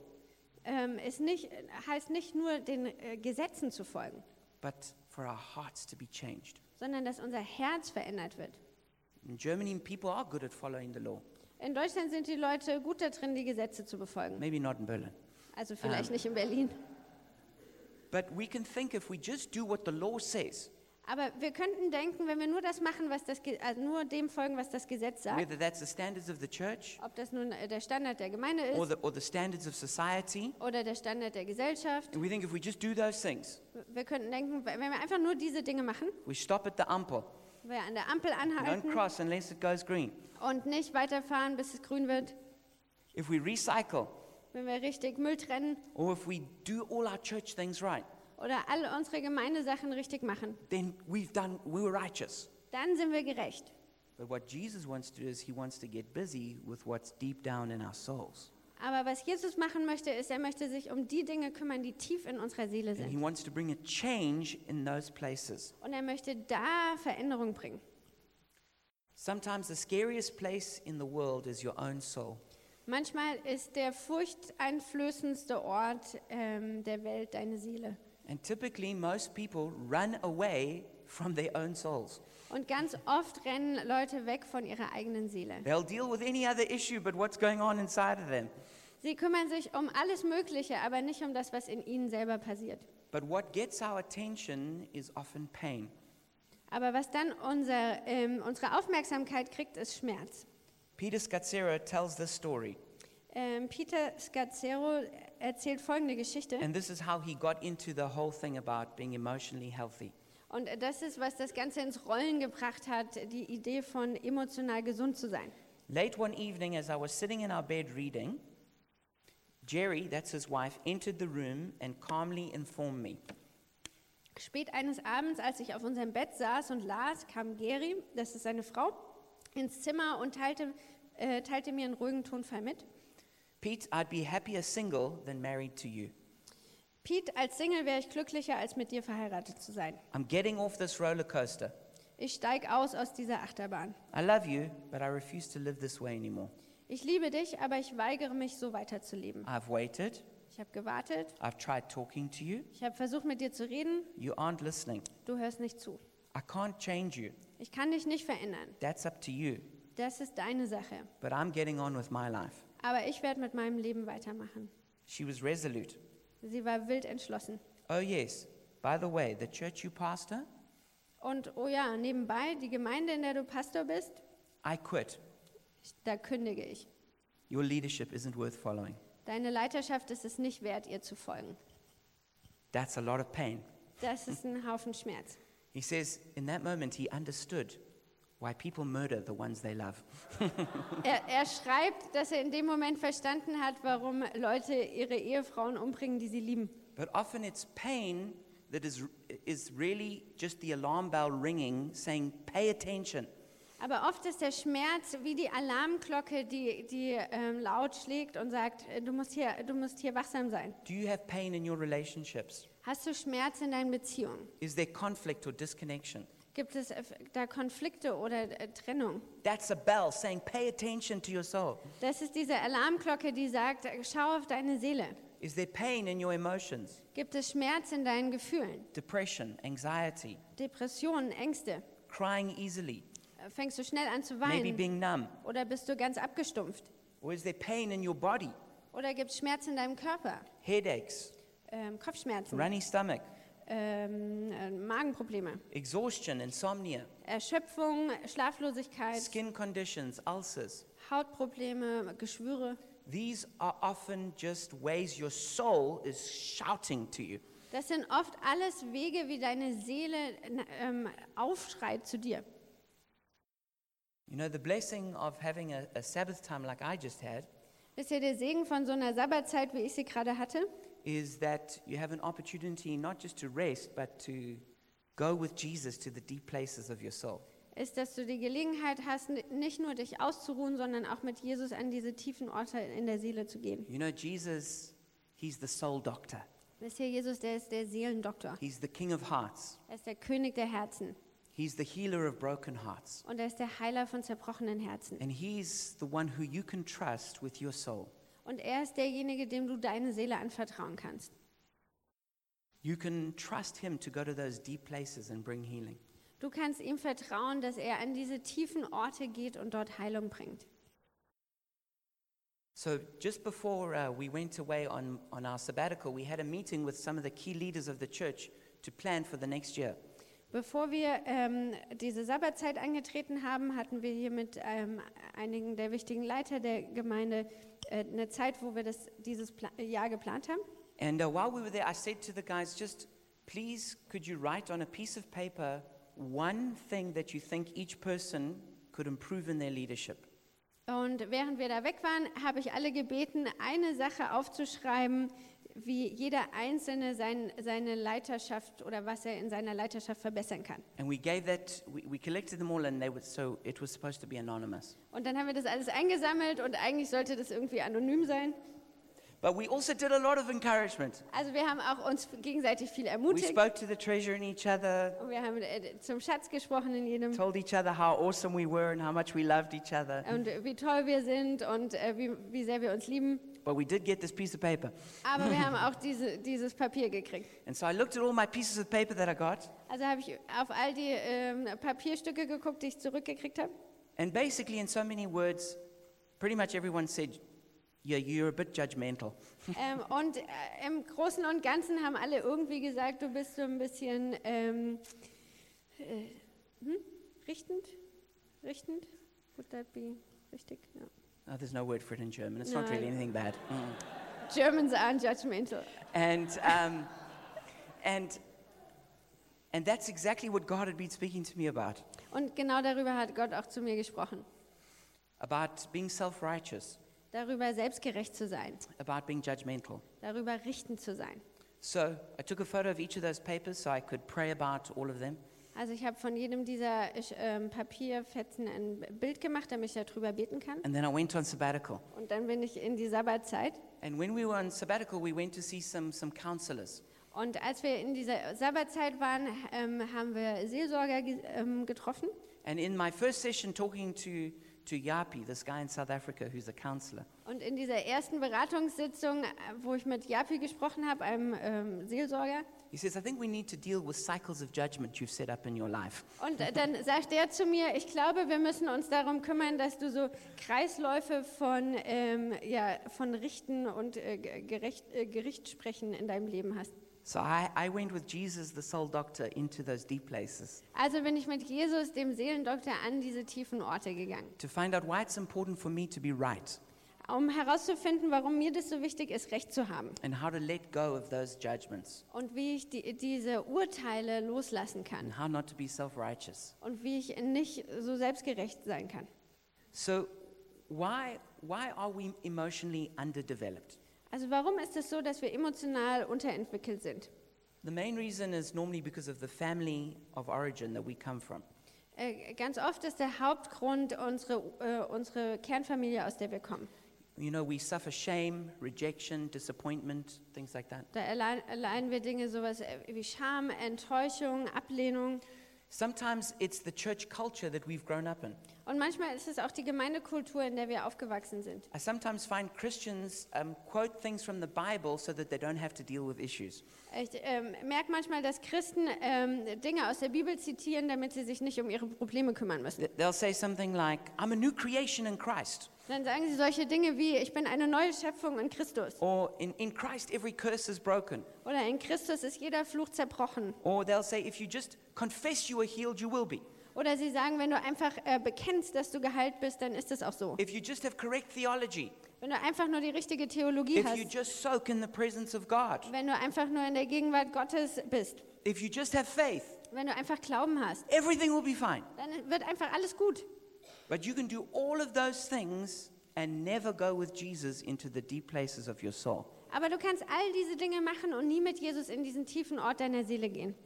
[SPEAKER 2] ähm, ist nicht, heißt nicht nur den äh, Gesetzen zu folgen,
[SPEAKER 1] but for our hearts to be changed.
[SPEAKER 2] sondern dass unser Herz verändert wird.
[SPEAKER 1] In Germany, people are good at following the law.
[SPEAKER 2] In Deutschland sind die Leute gut da drin, die Gesetze zu befolgen.
[SPEAKER 1] Maybe not in Berlin.
[SPEAKER 2] Also vielleicht nicht in Berlin.
[SPEAKER 1] But we can think if we just do what the law says,
[SPEAKER 2] Aber wir könnten denken, wenn wir nur das machen, was das Ge- also nur dem folgen, was das Gesetz sagt,
[SPEAKER 1] whether that's the standards of the church
[SPEAKER 2] ob das nun äh, der Standard der Gemeinde
[SPEAKER 1] or
[SPEAKER 2] ist
[SPEAKER 1] the, or the standards of society,
[SPEAKER 2] oder der Standard der Gesellschaft
[SPEAKER 1] and we think if we just do those things,
[SPEAKER 2] Wir könnten denken, wenn wir einfach nur diese Dinge machen,
[SPEAKER 1] we stop at the umpire,
[SPEAKER 2] wenn wir an der Ampel
[SPEAKER 1] we don't
[SPEAKER 2] anhalten
[SPEAKER 1] cross unless it goes green.
[SPEAKER 2] und nicht weiterfahren, bis es grün wird,
[SPEAKER 1] if we recycle,
[SPEAKER 2] wenn wir richtig Müll trennen
[SPEAKER 1] or if we do all our church things right,
[SPEAKER 2] oder alle unsere Gemeindesachen richtig machen,
[SPEAKER 1] then we've done, we were righteous.
[SPEAKER 2] dann sind wir gerecht.
[SPEAKER 1] But what Jesus wants to do is he wants to get busy with what's deep down in our souls.
[SPEAKER 2] Aber was Jesus machen möchte, ist, er möchte sich um die Dinge kümmern, die tief in unserer Seele
[SPEAKER 1] And he
[SPEAKER 2] sind.
[SPEAKER 1] wants to bring a change in those places.
[SPEAKER 2] Und er möchte da Veränderung bringen.
[SPEAKER 1] Sometimes the scariest place in the world is your own soul.
[SPEAKER 2] Manchmal ist der furchteinflößendste Ort ähm, der Welt deine Seele.
[SPEAKER 1] And typically, most people run away from their own souls.
[SPEAKER 2] Und ganz oft rennen Leute weg von ihrer eigenen Seele.
[SPEAKER 1] They'll deal with any other issue but what's going on inside of them.
[SPEAKER 2] Sie kümmern sich um alles Mögliche, aber nicht um das, was in ihnen selber passiert.
[SPEAKER 1] But what gets our attention is often pain.
[SPEAKER 2] Aber was dann unser, ähm, unsere Aufmerksamkeit kriegt, ist Schmerz.
[SPEAKER 1] Peter Scazzera tells this story.
[SPEAKER 2] Ähm, Peter Scazzero erzählt folgende Geschichte.
[SPEAKER 1] And this is how he got into the whole thing about being emotionally healthy.
[SPEAKER 2] Und das ist, was das Ganze ins Rollen gebracht hat, die Idee von emotional gesund zu sein.
[SPEAKER 1] Late one evening, as I was sitting in our bed reading, Jerry, that's his wife, entered the room and calmly informed me.
[SPEAKER 2] Spät eines Abends, als ich auf unserem Bett saß und las, kam Geri, das ist seine Frau, ins Zimmer und teilte, äh, teilte mir einen ruhigen Tonfall mit.
[SPEAKER 1] Pete, I'd be happier single than married to you.
[SPEAKER 2] Pete, als Single wäre ich glücklicher, als mit dir verheiratet zu sein.
[SPEAKER 1] I'm getting off this roller coaster.
[SPEAKER 2] Ich steig aus aus dieser Achterbahn.
[SPEAKER 1] I love you, but I refuse to live this way anymore.
[SPEAKER 2] Ich liebe dich, aber ich weigere mich, so weiterzuleben.
[SPEAKER 1] I've waited.
[SPEAKER 2] Ich habe gewartet,
[SPEAKER 1] I've tried talking to you.
[SPEAKER 2] ich habe versucht, mit dir zu reden,
[SPEAKER 1] You aren't listening.
[SPEAKER 2] du hörst nicht zu.
[SPEAKER 1] I can't change you.
[SPEAKER 2] Ich kann dich nicht verändern.
[SPEAKER 1] That's up to you.
[SPEAKER 2] Das ist deine Sache.
[SPEAKER 1] but I'm getting on with my life.
[SPEAKER 2] Aber ich werde mit meinem Leben weitermachen.
[SPEAKER 1] She was resolute.
[SPEAKER 2] Sie war wild entschlossen.
[SPEAKER 1] Oh, yes, by the way, the church you pastor,
[SPEAKER 2] Und oh ja, nebenbei, die Gemeinde, in der du Pastor bist,
[SPEAKER 1] I quit.
[SPEAKER 2] ich- da kündige ich.
[SPEAKER 1] Your leadership isn't worth following.
[SPEAKER 2] Deine Leiterschaft ist es nicht wert, ihr zu folgen.
[SPEAKER 1] That's a lot of pain.
[SPEAKER 2] Das ist ein Haufen Schmerz.
[SPEAKER 1] He says, in that moment, he understood why people murder the ones they love.
[SPEAKER 2] Er, er schreibt, dass er in dem Moment verstanden hat, warum Leute ihre Ehefrauen umbringen, die sie lieben.
[SPEAKER 1] But often it's pain that is, is really just the alarm bell ringing, saying, pay attention.
[SPEAKER 2] Aber oft ist der Schmerz wie die Alarmglocke, die, die ähm, laut schlägt und sagt, äh, du musst, hier, du musst hier wachsam sein.
[SPEAKER 1] Do you have pain in your relationships?
[SPEAKER 2] Hast du Schmerz in deinen Beziehungen?
[SPEAKER 1] Is there conflict or disconnection?
[SPEAKER 2] Gibt es äh, da Konflikte oder äh, Trennung?
[SPEAKER 1] That's a bell saying, pay attention to your soul.
[SPEAKER 2] Das ist diese Alarmglocke, die sagt, äh, schau auf deine Seele.
[SPEAKER 1] Is there pain in your emotions?
[SPEAKER 2] Gibt es Schmerz in deinen Gefühlen?
[SPEAKER 1] Depression, anxiety,
[SPEAKER 2] Depressionen, Ängste?
[SPEAKER 1] crying easily,
[SPEAKER 2] Äh, Fängst du schnell an zu
[SPEAKER 1] maybe
[SPEAKER 2] weinen?
[SPEAKER 1] being numb?
[SPEAKER 2] Oder bist du ganz abgestumpft?
[SPEAKER 1] Or is there pain in your body?
[SPEAKER 2] Oder gibt es Schmerz in deinem Körper?
[SPEAKER 1] Headaches,
[SPEAKER 2] Ähm, Kopfschmerzen,
[SPEAKER 1] runny stomach,
[SPEAKER 2] ähm, äh, Magenprobleme,
[SPEAKER 1] exhaustion, insomnia,
[SPEAKER 2] Erschöpfung, Schlaflosigkeit,
[SPEAKER 1] skin conditions, ulcers.
[SPEAKER 2] Hautprobleme, Geschwüre.
[SPEAKER 1] These are often just ways your soul is shouting to you.
[SPEAKER 2] Das sind oft alles Wege, wie deine Seele na, ähm, aufschreit zu dir.
[SPEAKER 1] You know, the blessing of having a, a Sabbath time like I just had
[SPEAKER 2] Wisst ihr, der Segen von so einer Sabbatzeit, wie ich sie gerade hatte,
[SPEAKER 1] is that you have an opportunity not just to rest, but to go with Jesus to the deep places of your soul.
[SPEAKER 2] ist, dass du die Gelegenheit hast, n- nicht nur dich auszuruhen, sondern auch mit Jesus an diese tiefen Orte in der Seele zu gehen.
[SPEAKER 1] You know, Jesus, he's the soul doctor,
[SPEAKER 2] Wisst ihr, Jesus, der ist der Seelendoktor.
[SPEAKER 1] he's the king of hearts,
[SPEAKER 2] Er ist der König der Herzen
[SPEAKER 1] he's the healer of broken hearts,
[SPEAKER 2] und er ist der Heiler von zerbrochenen Herzen.
[SPEAKER 1] and he's the one who you can trust with your soul.
[SPEAKER 2] Und er ist derjenige, dem du deine Seele anvertrauen kannst.
[SPEAKER 1] You can trust him to go to those deep places and bring healing.
[SPEAKER 2] Du kannst ihm vertrauen, dass er an diese tiefen Orte geht und dort Heilung bringt.
[SPEAKER 1] So, just before uh, we went away on, on our sabbatical, we had a meeting with some of the key leaders of the church to plan for the next year.
[SPEAKER 2] Bevor wir ähm, diese Sabbatzeit angetreten haben, hatten wir hier mit ähm, einigen der wichtigen Leiter der Gemeinde äh, eine Zeit, wo wir das dieses Pla Jahr geplant haben.
[SPEAKER 1] And uh, while we were there, I said to the guys, just please, could you write on a piece of paper one thing that you think each person could improve in their leadership?
[SPEAKER 2] Und während wir da weg waren, habe ich alle gebeten, eine Sache aufzuschreiben, wie jeder Einzelne sein, seine Leiterschaft oder was er in seiner Leiterschaft verbessern kann.
[SPEAKER 1] And we gave that, we, we collected them all, and they were, so it was supposed to be anonymous.
[SPEAKER 2] Und dann haben wir das alles eingesammelt und eigentlich sollte das irgendwie anonym sein.
[SPEAKER 1] But we also did a lot of encouragement.
[SPEAKER 2] Also wir haben auch uns gegenseitig viel
[SPEAKER 1] We
[SPEAKER 2] ermutigt
[SPEAKER 1] spoke to the treasurer and each other,
[SPEAKER 2] und wir haben äh, zum Schatz gesprochen in jedem
[SPEAKER 1] told each other how awesome we were and how much we loved each other.
[SPEAKER 2] und äh, wie toll wir sind und äh, wie, wie sehr wir uns lieben.
[SPEAKER 1] But we did get this piece of paper.
[SPEAKER 2] Aber wir haben auch diese, dieses Papier gekriegt.
[SPEAKER 1] And so I looked at all my pieces of paper that I got,
[SPEAKER 2] Also habe ich auf all die ähm, Papierstücke geguckt, die ich zurückgekriegt habe.
[SPEAKER 1] and basically, in so many words, pretty much everyone said, Yeah, you're a bit judgmental.
[SPEAKER 2] Ähm, und äh, im Großen und Ganzen haben alle irgendwie gesagt, du bist so ein bisschen ähm, äh, hm? richtend, richtend, would that be richtig? Ja.
[SPEAKER 1] Oh, there's no word for it in German. It's not
[SPEAKER 2] No.
[SPEAKER 1] really anything bad. Mm.
[SPEAKER 2] Germans aren't judgmental.
[SPEAKER 1] And, um, and, and that's exactly what God had been speaking to me about
[SPEAKER 2] Und genau darüber hat Gott auch zu mir gesprochen.
[SPEAKER 1] about being self righteous,
[SPEAKER 2] Darüber selbstgerecht zu sein,
[SPEAKER 1] about being judgmental.
[SPEAKER 2] darüber richtend zu sein.
[SPEAKER 1] So I took a photo of each of those papers so I could pray about all of them.
[SPEAKER 2] Also ich habe von jedem dieser äh, ähm, Papierfetzen ein Bild gemacht, damit ich darüber beten kann.
[SPEAKER 1] And then I went on sabbatical.
[SPEAKER 2] Und dann bin ich in die Sabbatzeit.
[SPEAKER 1] And when we were on sabbatical, we went to see some, some counselors.
[SPEAKER 2] Und als wir in dieser Sabbatzeit waren, ähm, haben wir Seelsorger ge ähm, getroffen.
[SPEAKER 1] And in my first session, talking to, to Yapi, this guy in South Africa who's a counselor.
[SPEAKER 2] Und in dieser ersten Beratungssitzung, äh, wo ich mit Japi gesprochen habe, einem ähm, Seelsorger,
[SPEAKER 1] He says, I think we need to deal with cycles of judgment you've set up in your life.
[SPEAKER 2] und äh, dann sagt er zu mir, ich glaube, wir müssen uns darum kümmern, dass du so Kreisläufe von, ähm, ja, von Richten und äh, Ge- Gerecht, äh, Gericht sprechen in deinem Leben hast.
[SPEAKER 1] So I, I went with Jesus, the soul doctor, into those deep places
[SPEAKER 2] Also bin ich mit Jesus, dem Seelendoktor, an diese tiefen Orte gegangen,
[SPEAKER 1] to find out why it's important for me to be right
[SPEAKER 2] um herauszufinden, warum mir das so wichtig ist, Recht zu haben
[SPEAKER 1] and how to let go of those judgments
[SPEAKER 2] und wie ich die, diese Urteile loslassen
[SPEAKER 1] and
[SPEAKER 2] kann
[SPEAKER 1] how not to be self righteous.
[SPEAKER 2] und wie ich nicht so selbstgerecht sein kann.
[SPEAKER 1] So, why, why are we emotionally underdeveloped?
[SPEAKER 2] Also warum ist es so, dass wir emotional unterentwickelt sind?
[SPEAKER 1] The main reason is normally because of the family of origin that we come from.
[SPEAKER 2] Äh, ganz oft ist der Hauptgrund unsere, äh, unsere Kernfamilie, aus der wir kommen.
[SPEAKER 1] You know, we suffer shame, rejection, disappointment, things like that.
[SPEAKER 2] Da erleiden, erleiden wir Dinge sowas äh, wie Scham, Enttäuschung, Ablehnung.
[SPEAKER 1] Sometimes it's the church culture that we've grown up in.
[SPEAKER 2] Und manchmal ist es auch die Gemeindekultur, in der wir aufgewachsen sind.
[SPEAKER 1] I sometimes find Christians um, quote things from the Bible so that they don't have to deal with issues.
[SPEAKER 2] Ich ähm, merke manchmal, dass Christen ähm, Dinge aus der Bibel zitieren, damit sie sich nicht um ihre Probleme kümmern müssen.
[SPEAKER 1] Th- They'll say something like, I'm a new creation in Christ,
[SPEAKER 2] Dann sagen sie solche Dinge wie, ich bin eine neue Schöpfung in Christus.
[SPEAKER 1] or in, in Christ every curse is broken.
[SPEAKER 2] Oder in Christus ist jeder Fluch zerbrochen.
[SPEAKER 1] Or they'll say, if you just confess you are healed, you will be.
[SPEAKER 2] Oder sie sagen, wenn du einfach äh, bekennst, dass du geheilt bist, dann ist es auch so.
[SPEAKER 1] If you just have correct theology,
[SPEAKER 2] Wenn du einfach nur die richtige Theologie
[SPEAKER 1] if you
[SPEAKER 2] hast,
[SPEAKER 1] just soak in the presence of God,
[SPEAKER 2] wenn du einfach nur in der Gegenwart Gottes bist,
[SPEAKER 1] if you just have faith,
[SPEAKER 2] wenn du einfach Glauben hast,
[SPEAKER 1] everything will be fine.
[SPEAKER 2] dann wird einfach alles gut.
[SPEAKER 1] But you can do all of those things and never go with Jesus into the deep places of your soul.
[SPEAKER 2] Aber du kannst all diese Dinge machen und nie mit Jesus in diesen tiefen Ort deiner Seele gehen.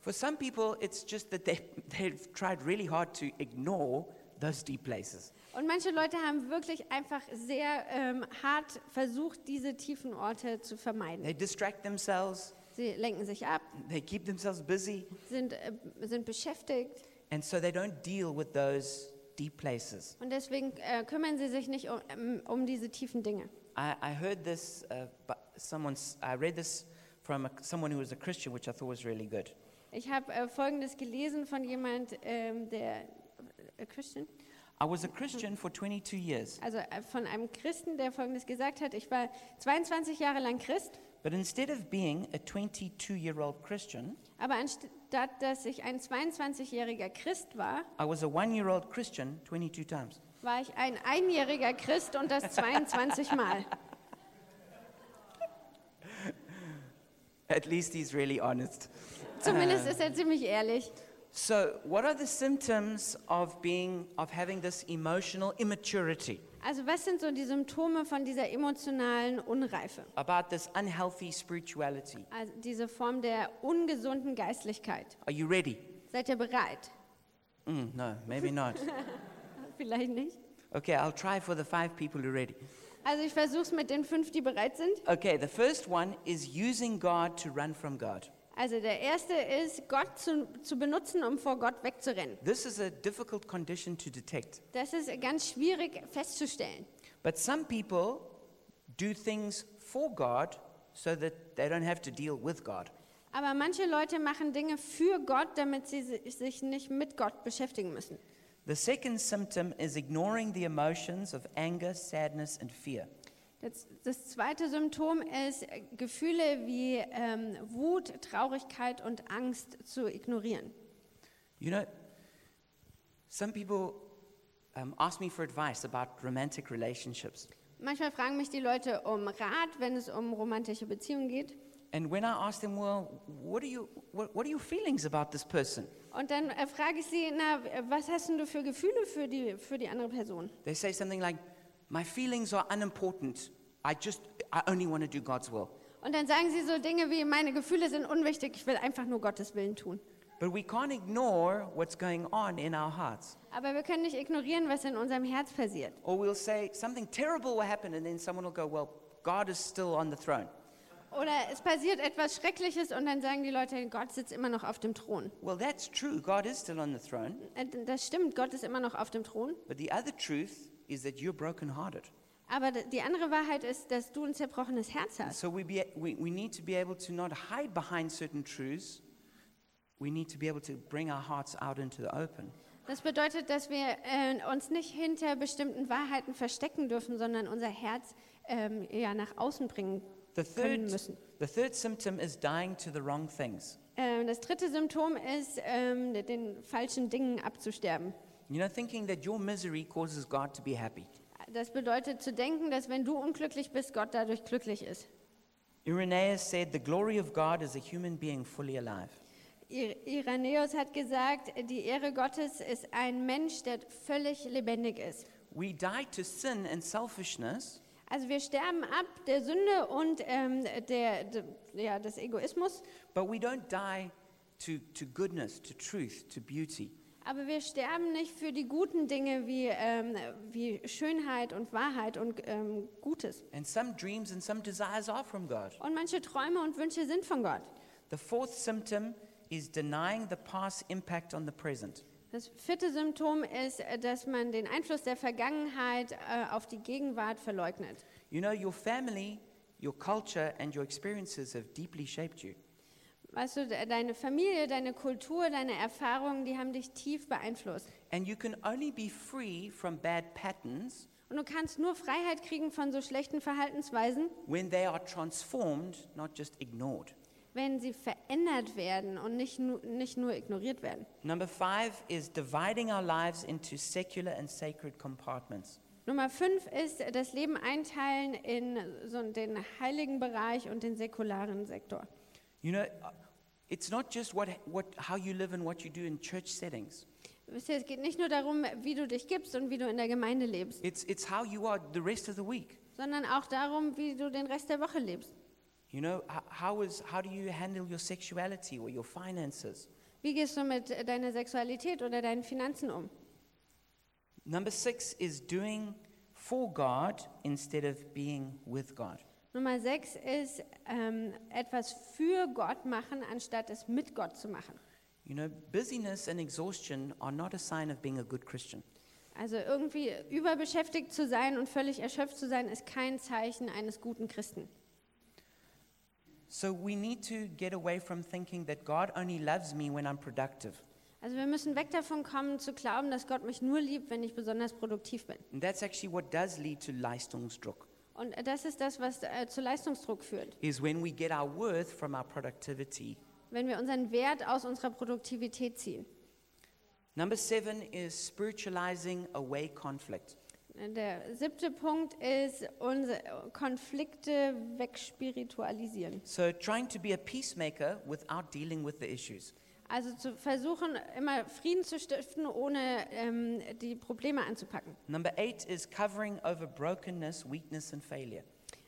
[SPEAKER 1] For some people, it's just that they, they've tried really hard to ignore those deep places.
[SPEAKER 2] Und manche Leute haben wirklich einfach sehr ähm, hart versucht, diese tiefen Orte zu vermeiden.
[SPEAKER 1] They distract themselves,
[SPEAKER 2] Sie lenken sich ab,
[SPEAKER 1] they keep themselves busy,
[SPEAKER 2] sind, äh, sind beschäftigt
[SPEAKER 1] and so they don't deal with those deep places.
[SPEAKER 2] und deswegen äh, kümmern sie sich nicht um, ähm, um diese tiefen Dinge.
[SPEAKER 1] I, I heard this, uh, bu- someone's, I read this from a, someone who was a Christian, which I thought was really good.
[SPEAKER 2] Ich habe äh, Folgendes gelesen von jemand, ähm, der äh, Christian,
[SPEAKER 1] I was a Christian for 22 years,
[SPEAKER 2] also äh, von einem Christen, der Folgendes gesagt hat: Ich war 22 Jahre lang Christ,
[SPEAKER 1] but instead of being a 22 year old Christian,
[SPEAKER 2] aber anstatt dass ich ein 22-jähriger Christ war,
[SPEAKER 1] I was a one year old Christian 22 times.
[SPEAKER 2] war ich ein einjähriger Christ und das 22 Mal.
[SPEAKER 1] At least he's really honest.
[SPEAKER 2] Zumindest ist er ziemlich ehrlich.
[SPEAKER 1] So, what are the symptoms of being of having this emotional immaturity?
[SPEAKER 2] Also was sind so die Symptome von dieser emotionalen Unreife?
[SPEAKER 1] About this unhealthy spirituality?
[SPEAKER 2] Also diese Form der ungesunden Geistlichkeit.
[SPEAKER 1] Are you ready?
[SPEAKER 2] Seid ihr bereit?
[SPEAKER 1] Mm, no, maybe not.
[SPEAKER 2] Vielleicht nicht.
[SPEAKER 1] Okay, I'll try for the five people who are ready.
[SPEAKER 2] Also ich versuche es mit den fünf, die bereit sind.
[SPEAKER 1] Okay, the first one is using God to run from God.
[SPEAKER 2] Also der erste ist, Gott zu, zu benutzen, um vor Gott wegzurennen.
[SPEAKER 1] This is a difficult condition to detect,
[SPEAKER 2] Das ist ganz schwierig festzustellen.
[SPEAKER 1] but some people do things for God so that they don't have to deal with God.
[SPEAKER 2] Aber manche Leute machen Dinge für Gott, damit sie si- sich nicht mit Gott beschäftigen müssen.
[SPEAKER 1] The second symptom is ignoring the emotions of anger, sadness, and fear.
[SPEAKER 2] Das, das zweite Symptom ist, äh, Gefühle wie ähm, Wut, Traurigkeit und Angst zu ignorieren.
[SPEAKER 1] You know, some people um, ask me for advice about romantic relationships.
[SPEAKER 2] Manchmal fragen mich die Leute um Rat, wenn es um romantische Beziehungen geht.
[SPEAKER 1] And when I ask them, well, what are, you, what, what are your feelings about this person?
[SPEAKER 2] Und dann äh, frage ich sie, na, w- was hast denn du für Gefühle für die, für die andere Person?
[SPEAKER 1] They say something like, my feelings are unimportant. I just, I only want to do God's will.
[SPEAKER 2] Und dann sagen sie so Dinge wie, meine Gefühle sind unwichtig, ich will einfach nur Gottes Willen tun.
[SPEAKER 1] But we can't ignore what's going on in our hearts.
[SPEAKER 2] Aber wir können nicht ignorieren, was in unserem Herz passiert.
[SPEAKER 1] Or we'll say something terrible will happen, and then someone will go, well, God is still on the throne.
[SPEAKER 2] Oder es passiert etwas Schreckliches und dann sagen die Leute, Gott sitzt immer noch auf dem Thron.
[SPEAKER 1] Well, that's true. God is still on the throne.
[SPEAKER 2] Äh, Das stimmt, Gott ist immer noch auf dem Thron.
[SPEAKER 1] But the other truth is that you're brokenhearted.
[SPEAKER 2] Aber d- die andere Wahrheit ist, dass du ein zerbrochenes Herz hast.
[SPEAKER 1] So we, be, we, we need to be able to not hide behind certain truths. We need to be able to bring our hearts out into the open.
[SPEAKER 2] Das bedeutet, dass wir äh, uns nicht hinter bestimmten Wahrheiten verstecken dürfen, sondern unser Herz ähm, ja, nach außen bringen
[SPEAKER 1] The
[SPEAKER 2] können
[SPEAKER 1] third,
[SPEAKER 2] müssen.
[SPEAKER 1] the third symptom is dying to the wrong things.
[SPEAKER 2] Ähm, das dritte Symptom ist, ähm, den falschen Dingen abzusterben.
[SPEAKER 1] You know, thinking that your misery causes God to be happy.
[SPEAKER 2] Das bedeutet zu denken, dass wenn du unglücklich bist, Gott dadurch glücklich ist.
[SPEAKER 1] Irenaeus said, The glory of God is a human being fully alive.
[SPEAKER 2] Ir- Irenäus hat gesagt, die Ehre Gottes ist ein Mensch, der völlig lebendig ist.
[SPEAKER 1] We die to sin and selfishness
[SPEAKER 2] Also wir sterben ab der Sünde und ähm, der, der, ja, des Egoismus,
[SPEAKER 1] But we don't die to, to goodness, to truth, to beauty.
[SPEAKER 2] aber wir sterben nicht für die guten Dinge wie, ähm, wie Schönheit und Wahrheit und ähm, Gutes.
[SPEAKER 1] And some dreams and some desires are from God.
[SPEAKER 2] Und manche Träume und Wünsche sind von Gott.
[SPEAKER 1] The fourth symptom is denying the past impact on the present.
[SPEAKER 2] Das vierte Symptom ist, äh, dass man den Einfluss der Vergangenheit äh, auf die Gegenwart verleugnet.
[SPEAKER 1] You know, your family, your culture, and your experiences have deeply shaped you.
[SPEAKER 2] Weißt du, de- deine Familie, deine Kultur, deine Erfahrungen, die haben dich tief beeinflusst.
[SPEAKER 1] And you can only be free from bad patterns
[SPEAKER 2] Und du kannst nur Freiheit kriegen von so schlechten Verhaltensweisen,
[SPEAKER 1] when they are transformed, not just ignored.
[SPEAKER 2] wenn sie verändert werden und nicht, nu nicht nur ignoriert werden.
[SPEAKER 1] Number five is dividing our lives into secular and sacred compartments.
[SPEAKER 2] Nummer fünf ist äh, das Leben einteilen in so den heiligen Bereich und den säkularen Sektor.
[SPEAKER 1] You know, uh, it's not just what, what, how you live and what you do in church settings.
[SPEAKER 2] Wisst ihr, Es geht nicht nur darum, wie du dich gibst und wie du in der Gemeinde lebst,
[SPEAKER 1] It's, it's how you are the rest of the week.
[SPEAKER 2] sondern auch darum, wie du den Rest der Woche lebst.
[SPEAKER 1] You know, h- how, is, how do you handle your sexuality or your finances?
[SPEAKER 2] Wie gehst du mit äh, deiner Sexualität oder deinen Finanzen um?
[SPEAKER 1] Number six is doing for God instead of being with God.
[SPEAKER 2] Nummer sechs ist, ähm, etwas für Gott machen, anstatt es mit Gott zu machen.
[SPEAKER 1] You know, busyness and exhaustion are not a sign of being a good Christian.
[SPEAKER 2] Also irgendwie überbeschäftigt zu sein und völlig erschöpft zu sein, ist kein Zeichen eines guten Christen.
[SPEAKER 1] So we need to get away from thinking that God only loves me when I'm productive.
[SPEAKER 2] Also wir müssen weg davon kommen, zu glauben, dass Gott mich nur liebt, wenn ich besonders produktiv bin.
[SPEAKER 1] And that's actually what does lead to Leistungsdruck.
[SPEAKER 2] Und äh, das ist das, was äh, zu Leistungsdruck führt.
[SPEAKER 1] is when we get our worth from our productivity.
[SPEAKER 2] Wenn wir unseren Wert aus unserer Produktivität ziehen.
[SPEAKER 1] Number seven is spiritualizing away conflict.
[SPEAKER 2] Der siebte Punkt ist, unsere Konflikte wegspiritualisieren.
[SPEAKER 1] So, trying to be a peacemaker without dealing with the issues.
[SPEAKER 2] Also zu versuchen, immer Frieden zu stiften, ohne ähm, die Probleme anzupacken.
[SPEAKER 1] Number eight is covering over brokenness, weakness, and failure.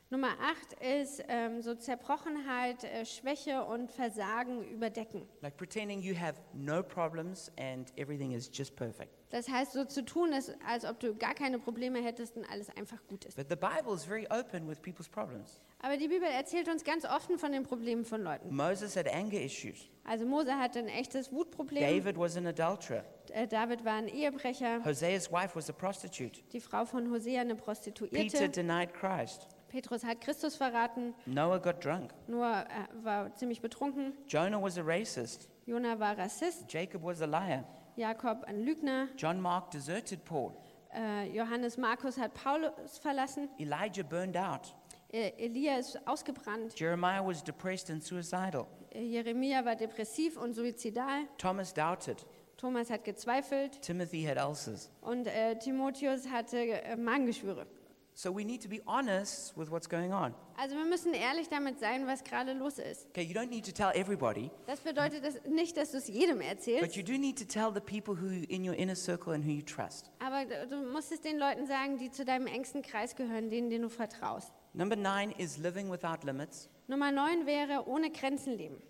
[SPEAKER 2] Nummer acht ist ähm, so Zerbrochenheit, äh, Schwäche und Versagen überdecken.
[SPEAKER 1] Like pretending you have no problems and everything is just perfect.
[SPEAKER 2] Das heißt, so zu tun, ist, als ob du gar keine Probleme hättest und alles einfach gut ist.
[SPEAKER 1] But the Bible is very open with people's problems.
[SPEAKER 2] Aber die Bibel erzählt uns ganz offen von den Problemen von Leuten.
[SPEAKER 1] Moses had anger issues,
[SPEAKER 2] Also Mose hatte ein echtes Wutproblem,
[SPEAKER 1] David was an adulterer,
[SPEAKER 2] äh, David war ein Ehebrecher,
[SPEAKER 1] Hosea's wife was a prostitute,
[SPEAKER 2] die Frau von Hosea eine
[SPEAKER 1] Peter
[SPEAKER 2] Prostituierte,
[SPEAKER 1] denied Christ,
[SPEAKER 2] Petrus hat Christus verraten,
[SPEAKER 1] Noah got drunk,
[SPEAKER 2] Noah äh, war ziemlich betrunken,
[SPEAKER 1] Jonah was a racist,
[SPEAKER 2] Jona war Rassist,
[SPEAKER 1] Jacob was a liar.
[SPEAKER 2] Jakob ein Lügner,
[SPEAKER 1] John Mark deserted Paul.
[SPEAKER 2] äh, Johannes Markus hat Paulus verlassen,
[SPEAKER 1] Elijah burned out.
[SPEAKER 2] äh, Elia ist ausgebrannt,
[SPEAKER 1] Jeremiah was depressed and suicidal.
[SPEAKER 2] äh, Jeremia war depressiv und suizidal,
[SPEAKER 1] Thomas doubted.
[SPEAKER 2] Thomas hat gezweifelt
[SPEAKER 1] Timothy had ulcers.
[SPEAKER 2] und äh, Timotheus hatte äh, Magengeschwüre.
[SPEAKER 1] So we need to be honest with what's going on.
[SPEAKER 2] Also wir müssen ehrlich damit sein, was gerade los ist.
[SPEAKER 1] Okay, you don't need to tell everybody,
[SPEAKER 2] Das bedeutet das nicht, dass du es jedem
[SPEAKER 1] but
[SPEAKER 2] erzählst,
[SPEAKER 1] you do need to tell the people who you- in your inner circle and who you trust.
[SPEAKER 2] aber du du musst es den Leuten sagen, die zu deinem engsten Kreis gehören, denen, denen du vertraust.
[SPEAKER 1] Number nine is living without limits.
[SPEAKER 2] Nummer neun wäre ohne Grenzen leben.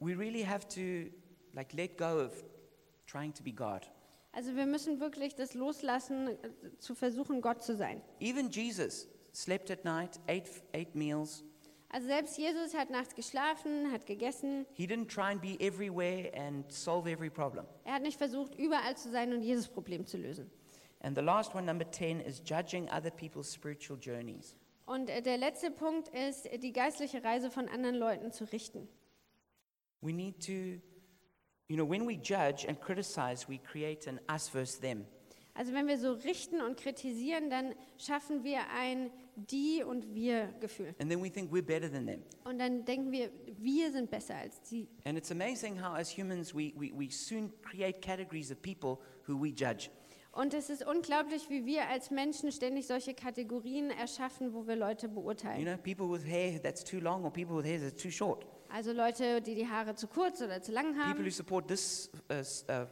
[SPEAKER 1] We really have to like let go of trying to be God.
[SPEAKER 2] Also wir müssen wirklich das loslassen, äh, zu versuchen, Gott zu sein.
[SPEAKER 1] Even Jesus slept at night, ate, ate meals,
[SPEAKER 2] Also selbst Jesus hat nachts geschlafen, hat gegessen.
[SPEAKER 1] He didn't try and be everywhere and solve every problem.
[SPEAKER 2] Er hat nicht versucht, überall zu sein und jedes Problem zu lösen.
[SPEAKER 1] And the last one, number 10, is judging other people's spiritual journeys.
[SPEAKER 2] Und äh, der letzte Punkt ist, äh, die geistliche Reise von anderen Leuten zu richten.
[SPEAKER 1] We need to, you know, when we judge and criticize, we create an us versus them.
[SPEAKER 2] Also wenn wir so richten und kritisieren, dann schaffen wir ein die und wir Gefühl.
[SPEAKER 1] And then we think we're better than them.
[SPEAKER 2] Und dann denken wir, wir sind besser als die.
[SPEAKER 1] And it's amazing how, as humans, we, we, we soon create categories of people who we judge.
[SPEAKER 2] Und es ist unglaublich, wie wir als Menschen ständig solche Kategorien erschaffen, wo wir Leute
[SPEAKER 1] You
[SPEAKER 2] beurteilen.
[SPEAKER 1] know, people with hair that's too long or people with hair that's too short.
[SPEAKER 2] Also Leute, die die Haare zu kurz oder zu lang
[SPEAKER 1] People who
[SPEAKER 2] haben,
[SPEAKER 1] support this uh, s- uh,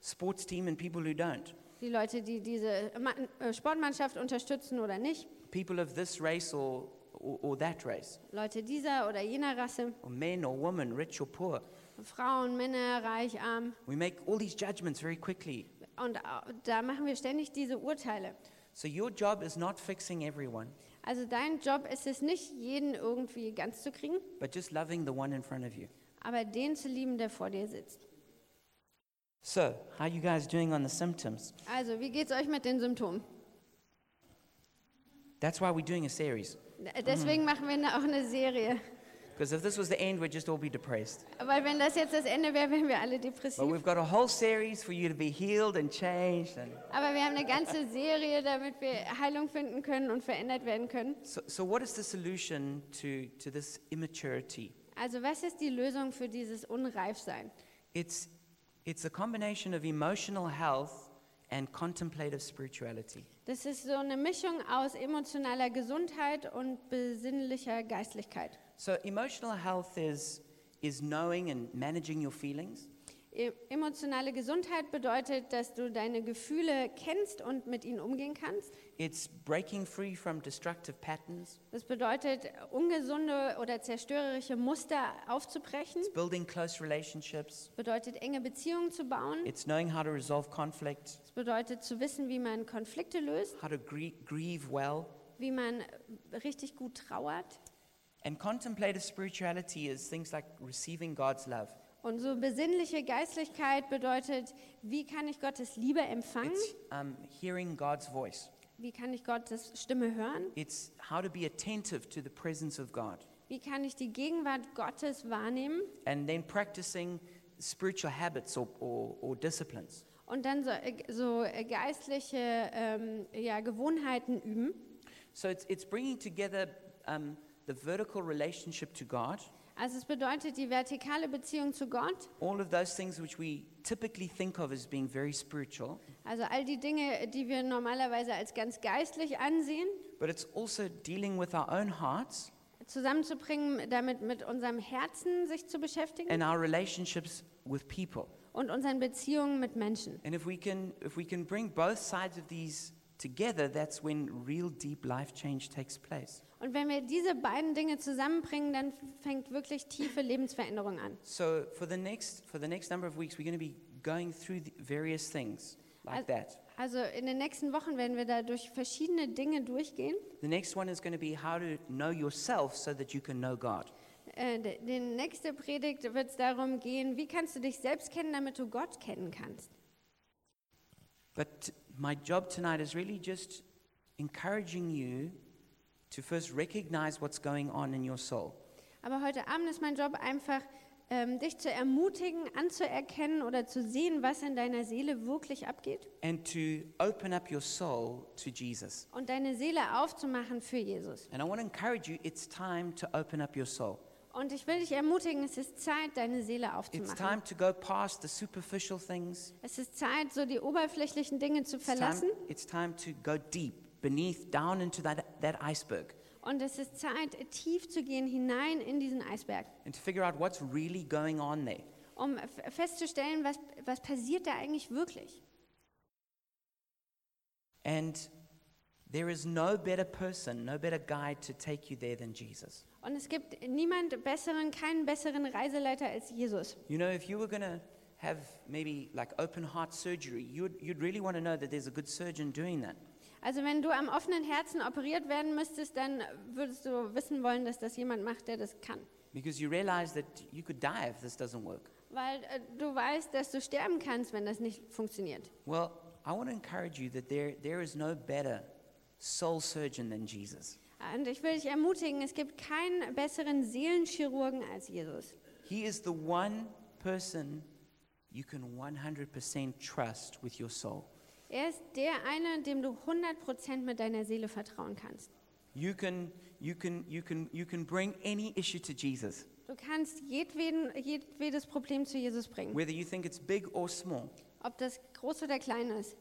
[SPEAKER 1] sports team and people who don't.
[SPEAKER 2] die Leute, die diese Ma- äh, Sportmannschaft unterstützen oder nicht,
[SPEAKER 1] People of this race or, or, or that race.
[SPEAKER 2] Leute dieser oder jener Rasse,
[SPEAKER 1] Or men or women, rich or poor.
[SPEAKER 2] Frauen, Männer, reich, arm.
[SPEAKER 1] We make all these judgments very quickly.
[SPEAKER 2] Und au- da machen wir ständig diese Urteile.
[SPEAKER 1] So your job is not fixing everyone,
[SPEAKER 2] Also dein Job ist es nicht, jeden irgendwie ganz zu kriegen,
[SPEAKER 1] but just loving the one in front of you.
[SPEAKER 2] aber den zu lieben, der vor dir sitzt.
[SPEAKER 1] So, how you guys doing on the symptoms?
[SPEAKER 2] Also, wie geht's euch mit den Symptomen?
[SPEAKER 1] That's why we're doing a series.
[SPEAKER 2] Äh, Deswegen machen wir ne- auch eine Serie.
[SPEAKER 1] Because if this was the end, we'd just all be depressed.
[SPEAKER 2] Weil wenn das jetzt das Ende wäre, wären wir alle
[SPEAKER 1] But
[SPEAKER 2] depressiv.
[SPEAKER 1] we've got a whole series for you to be healed and changed. And
[SPEAKER 2] Aber wir haben eine ganze Serie, damit wir Heilung finden können und verändert werden können.
[SPEAKER 1] so, so what is the solution to, to this immaturity?
[SPEAKER 2] Also, was ist die Lösung für dieses Unreifsein?
[SPEAKER 1] It's, it's a combination of emotional health and contemplative spirituality.
[SPEAKER 2] Das ist so eine Mischung aus emotionaler Gesundheit und besinnlicher Geistlichkeit.
[SPEAKER 1] So emotional health is, is knowing and managing your feelings.
[SPEAKER 2] E- Emotionale Gesundheit bedeutet, dass du deine Gefühle kennst und mit ihnen umgehen kannst.
[SPEAKER 1] It's breaking free from destructive patterns.
[SPEAKER 2] Das bedeutet, ungesunde oder zerstörerische Muster aufzubrechen.
[SPEAKER 1] It's building close relationships.
[SPEAKER 2] bedeutet, enge Beziehungen zu bauen.
[SPEAKER 1] It's knowing how to resolve conflict,
[SPEAKER 2] Es bedeutet, zu wissen, wie man Konflikte löst,
[SPEAKER 1] how to grie- grieve well.
[SPEAKER 2] wie man richtig gut trauert.
[SPEAKER 1] And contemplative spirituality is things like receiving God's love.
[SPEAKER 2] Und so besinnliche Geistlichkeit bedeutet, wie kann ich Gottes Liebe empfangen?
[SPEAKER 1] It's um, hearing God's voice.
[SPEAKER 2] Wie kann ich Gottes Stimme hören?
[SPEAKER 1] It's how to be attentive to the presence of God.
[SPEAKER 2] Wie kann ich die Gegenwart Gottes wahrnehmen?
[SPEAKER 1] And then practicing spiritual habits or, or, or disciplines.
[SPEAKER 2] Und dann so, äh, so äh, geistliche ähm, ja, Gewohnheiten üben.
[SPEAKER 1] So it's, it's bringing together um, the vertical relationship to God,
[SPEAKER 2] Also es bedeutet die vertikale Beziehung zu Gott,
[SPEAKER 1] all of those things which we typically think of as being very spiritual,
[SPEAKER 2] also all die Dinge, die wir normalerweise als ganz geistlich ansehen.
[SPEAKER 1] but it's also dealing with our own hearts
[SPEAKER 2] zusammenzubringen, damit mit unserem Herzen sich zu beschäftigen
[SPEAKER 1] and our relationships with people.
[SPEAKER 2] und unseren Beziehungen mit Menschen.
[SPEAKER 1] And if we can, if we can bring both sides of these together, that's when real deep life change takes place.
[SPEAKER 2] Und wenn wir diese beiden Dinge zusammenbringen, dann fängt wirklich tiefe Lebensveränderung an.
[SPEAKER 1] So for the next, for the next number of weeks, we're going to be going through the various things like
[SPEAKER 2] I-
[SPEAKER 1] that.
[SPEAKER 2] Also in den nächsten Wochen werden wir da durch verschiedene Dinge durchgehen.
[SPEAKER 1] The next one is going to be how to know yourself so that you can know God.
[SPEAKER 2] Äh, de- Die nächste Predigt wird es darum gehen, wie kannst du dich selbst kennen, damit du Gott kennen kannst.
[SPEAKER 1] But my job tonight is really just encouraging you to first recognize what's going on in your soul.
[SPEAKER 2] Aber heute Abend ist mein Job einfach, ähm, dich zu ermutigen, anzuerkennen oder zu sehen, was in deiner Seele wirklich abgeht.
[SPEAKER 1] And to open up your soul to Jesus.
[SPEAKER 2] und deine Seele aufzumachen für Jesus.
[SPEAKER 1] And I want to encourage you, it's time to open up your soul.
[SPEAKER 2] Und ich will dich ermutigen, es ist Zeit, deine Seele
[SPEAKER 1] It's
[SPEAKER 2] aufzumachen.
[SPEAKER 1] time to go past the superficial things.
[SPEAKER 2] Es ist Zeit, so die oberflächlichen Dinge zu
[SPEAKER 1] It's time,
[SPEAKER 2] verlassen.
[SPEAKER 1] it's time to go deep, beneath, down into that, that iceberg,
[SPEAKER 2] Und es ist Zeit, tief zu gehen, hinein in diesen Eisberg,
[SPEAKER 1] and to figure out what's really going on there.
[SPEAKER 2] um f- festzustellen, was, was passiert da eigentlich wirklich.
[SPEAKER 1] And there is no better person, no better guide to take you there than Jesus.
[SPEAKER 2] Und es gibt niemand besseren, keinen besseren Reiseleiter als Jesus.
[SPEAKER 1] You know, if you were going to have maybe like open heart surgery, you'd, you'd really want to know that there's a good surgeon doing that.
[SPEAKER 2] Also wenn du am offenen Herzen operiert werden müsstest, dann würdest du wissen wollen, dass das jemand macht, der das kann.
[SPEAKER 1] because you realize that you could die if this doesn't work.
[SPEAKER 2] Weil äh, du weißt, dass du sterben kannst, wenn das nicht funktioniert.
[SPEAKER 1] Well, I want to encourage you that there, there is no better soul surgeon than Jesus.
[SPEAKER 2] Und ich will dich ermutigen, es gibt keinen besseren Seelenchirurgen als Jesus.
[SPEAKER 1] He is the one person you can 100% trust with your soul.
[SPEAKER 2] Er ist der eine, dem du 100% mit deiner Seele vertrauen kannst.
[SPEAKER 1] You can, you, can, you, can, you can bring any issue to Jesus,
[SPEAKER 2] Du kannst jedweden, jedwedes Problem zu Jesus bringen,
[SPEAKER 1] whether you think it's big or small.
[SPEAKER 2] ob das groß oder klein ist.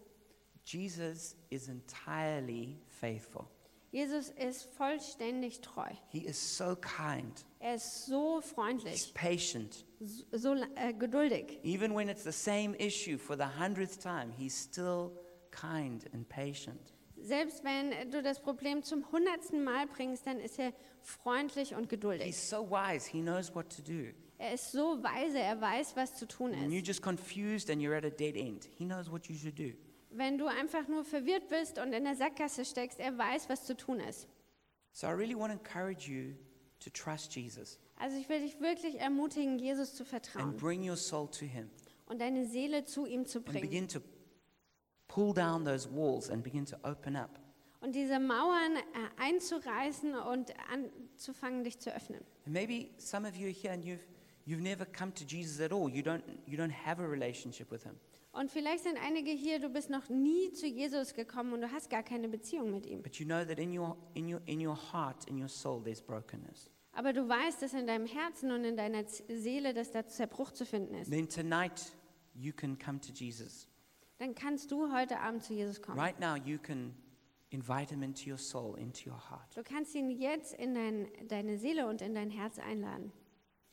[SPEAKER 1] Jesus is entirely faithful.
[SPEAKER 2] Jesus ist vollständig treu.
[SPEAKER 1] He is so kind.
[SPEAKER 2] Er ist so
[SPEAKER 1] He's
[SPEAKER 2] freundlich,
[SPEAKER 1] patient.
[SPEAKER 2] so, so äh, geduldig.
[SPEAKER 1] Even when it's the same issue for the hundredth time, he's still kind and patient.
[SPEAKER 2] Selbst wenn du das Problem zum hundertsten Mal bringst, dann ist er freundlich und
[SPEAKER 1] He's
[SPEAKER 2] geduldig.
[SPEAKER 1] so wise, he knows what to do.
[SPEAKER 2] Er ist so weise, er weiß, was zu tun
[SPEAKER 1] And
[SPEAKER 2] ist.
[SPEAKER 1] you're just confused and you're at a dead end. He knows what you should do.
[SPEAKER 2] Wenn du einfach nur verwirrt bist und in der Sackgasse steckst, er weiß, was zu tun ist.
[SPEAKER 1] So I really want to encourage you to trust Jesus
[SPEAKER 2] Also ich will dich wirklich ermutigen, Jesus zu
[SPEAKER 1] and
[SPEAKER 2] vertrauen
[SPEAKER 1] bring your soul to him
[SPEAKER 2] und deine Seele zu ihm zu
[SPEAKER 1] and
[SPEAKER 2] bringen
[SPEAKER 1] begin to pull down those walls and begin to open up.
[SPEAKER 2] und diese Mauern äh, einzureißen und anzufangen, dich zu öffnen.
[SPEAKER 1] And maybe some of you are here and you've, you've never come to Jesus at all. You don't, you don't have a relationship with him.
[SPEAKER 2] Und vielleicht sind einige hier, du bist noch nie zu Jesus gekommen und du hast gar keine Beziehung mit ihm.
[SPEAKER 1] But you know that in your, in your, in your heart, in your soul, there's brokenness.
[SPEAKER 2] Aber du weißt, dass in deinem Herzen und in deiner Z- Seele, dass da Zerbruch zu finden ist.
[SPEAKER 1] Then tonight, you can come to Jesus.
[SPEAKER 2] Dann kannst du heute Abend zu Jesus kommen.
[SPEAKER 1] Right now, you can invite him into your soul, into your heart.
[SPEAKER 2] Du kannst ihn jetzt in dein, deine Seele und in dein Herz einladen.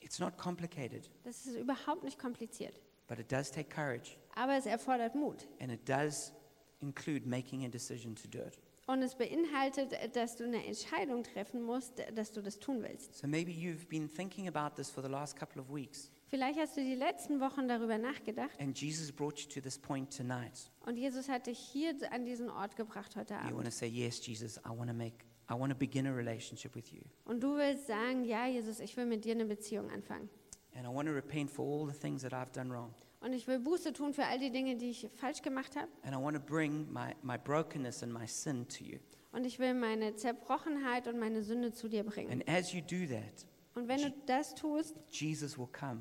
[SPEAKER 1] It's not complicated,
[SPEAKER 2] Das ist überhaupt nicht kompliziert.
[SPEAKER 1] but it does take courage,
[SPEAKER 2] Aber es erfordert Mut.
[SPEAKER 1] and it does include making a decision to do it.
[SPEAKER 2] Und es beinhaltet, dass du eine Entscheidung treffen musst, dass du das tun willst.
[SPEAKER 1] So maybe you've been thinking about this for the last couple of weeks,
[SPEAKER 2] Vielleicht hast du die letzten Wochen darüber nachgedacht
[SPEAKER 1] and Jesus brought you to this point tonight.
[SPEAKER 2] und Jesus hat dich hier an diesen Ort gebracht heute
[SPEAKER 1] You
[SPEAKER 2] Abend.
[SPEAKER 1] want to say, Yes, Jesus, I want to make, I want to begin a relationship with you.
[SPEAKER 2] Und du willst sagen, ja Jesus, ich will mit dir eine Beziehung anfangen.
[SPEAKER 1] And I want to repent for all the things that I've done wrong.
[SPEAKER 2] Und ich will Buße tun für all die Dinge, die ich falsch gemacht habe.
[SPEAKER 1] And I want to bring my, my brokenness and my sin to you.
[SPEAKER 2] Und ich will meine Zerbrochenheit und meine Sünde zu dir
[SPEAKER 1] And
[SPEAKER 2] bringen.
[SPEAKER 1] as you do that,
[SPEAKER 2] Und wenn du das tust,
[SPEAKER 1] Jesus will come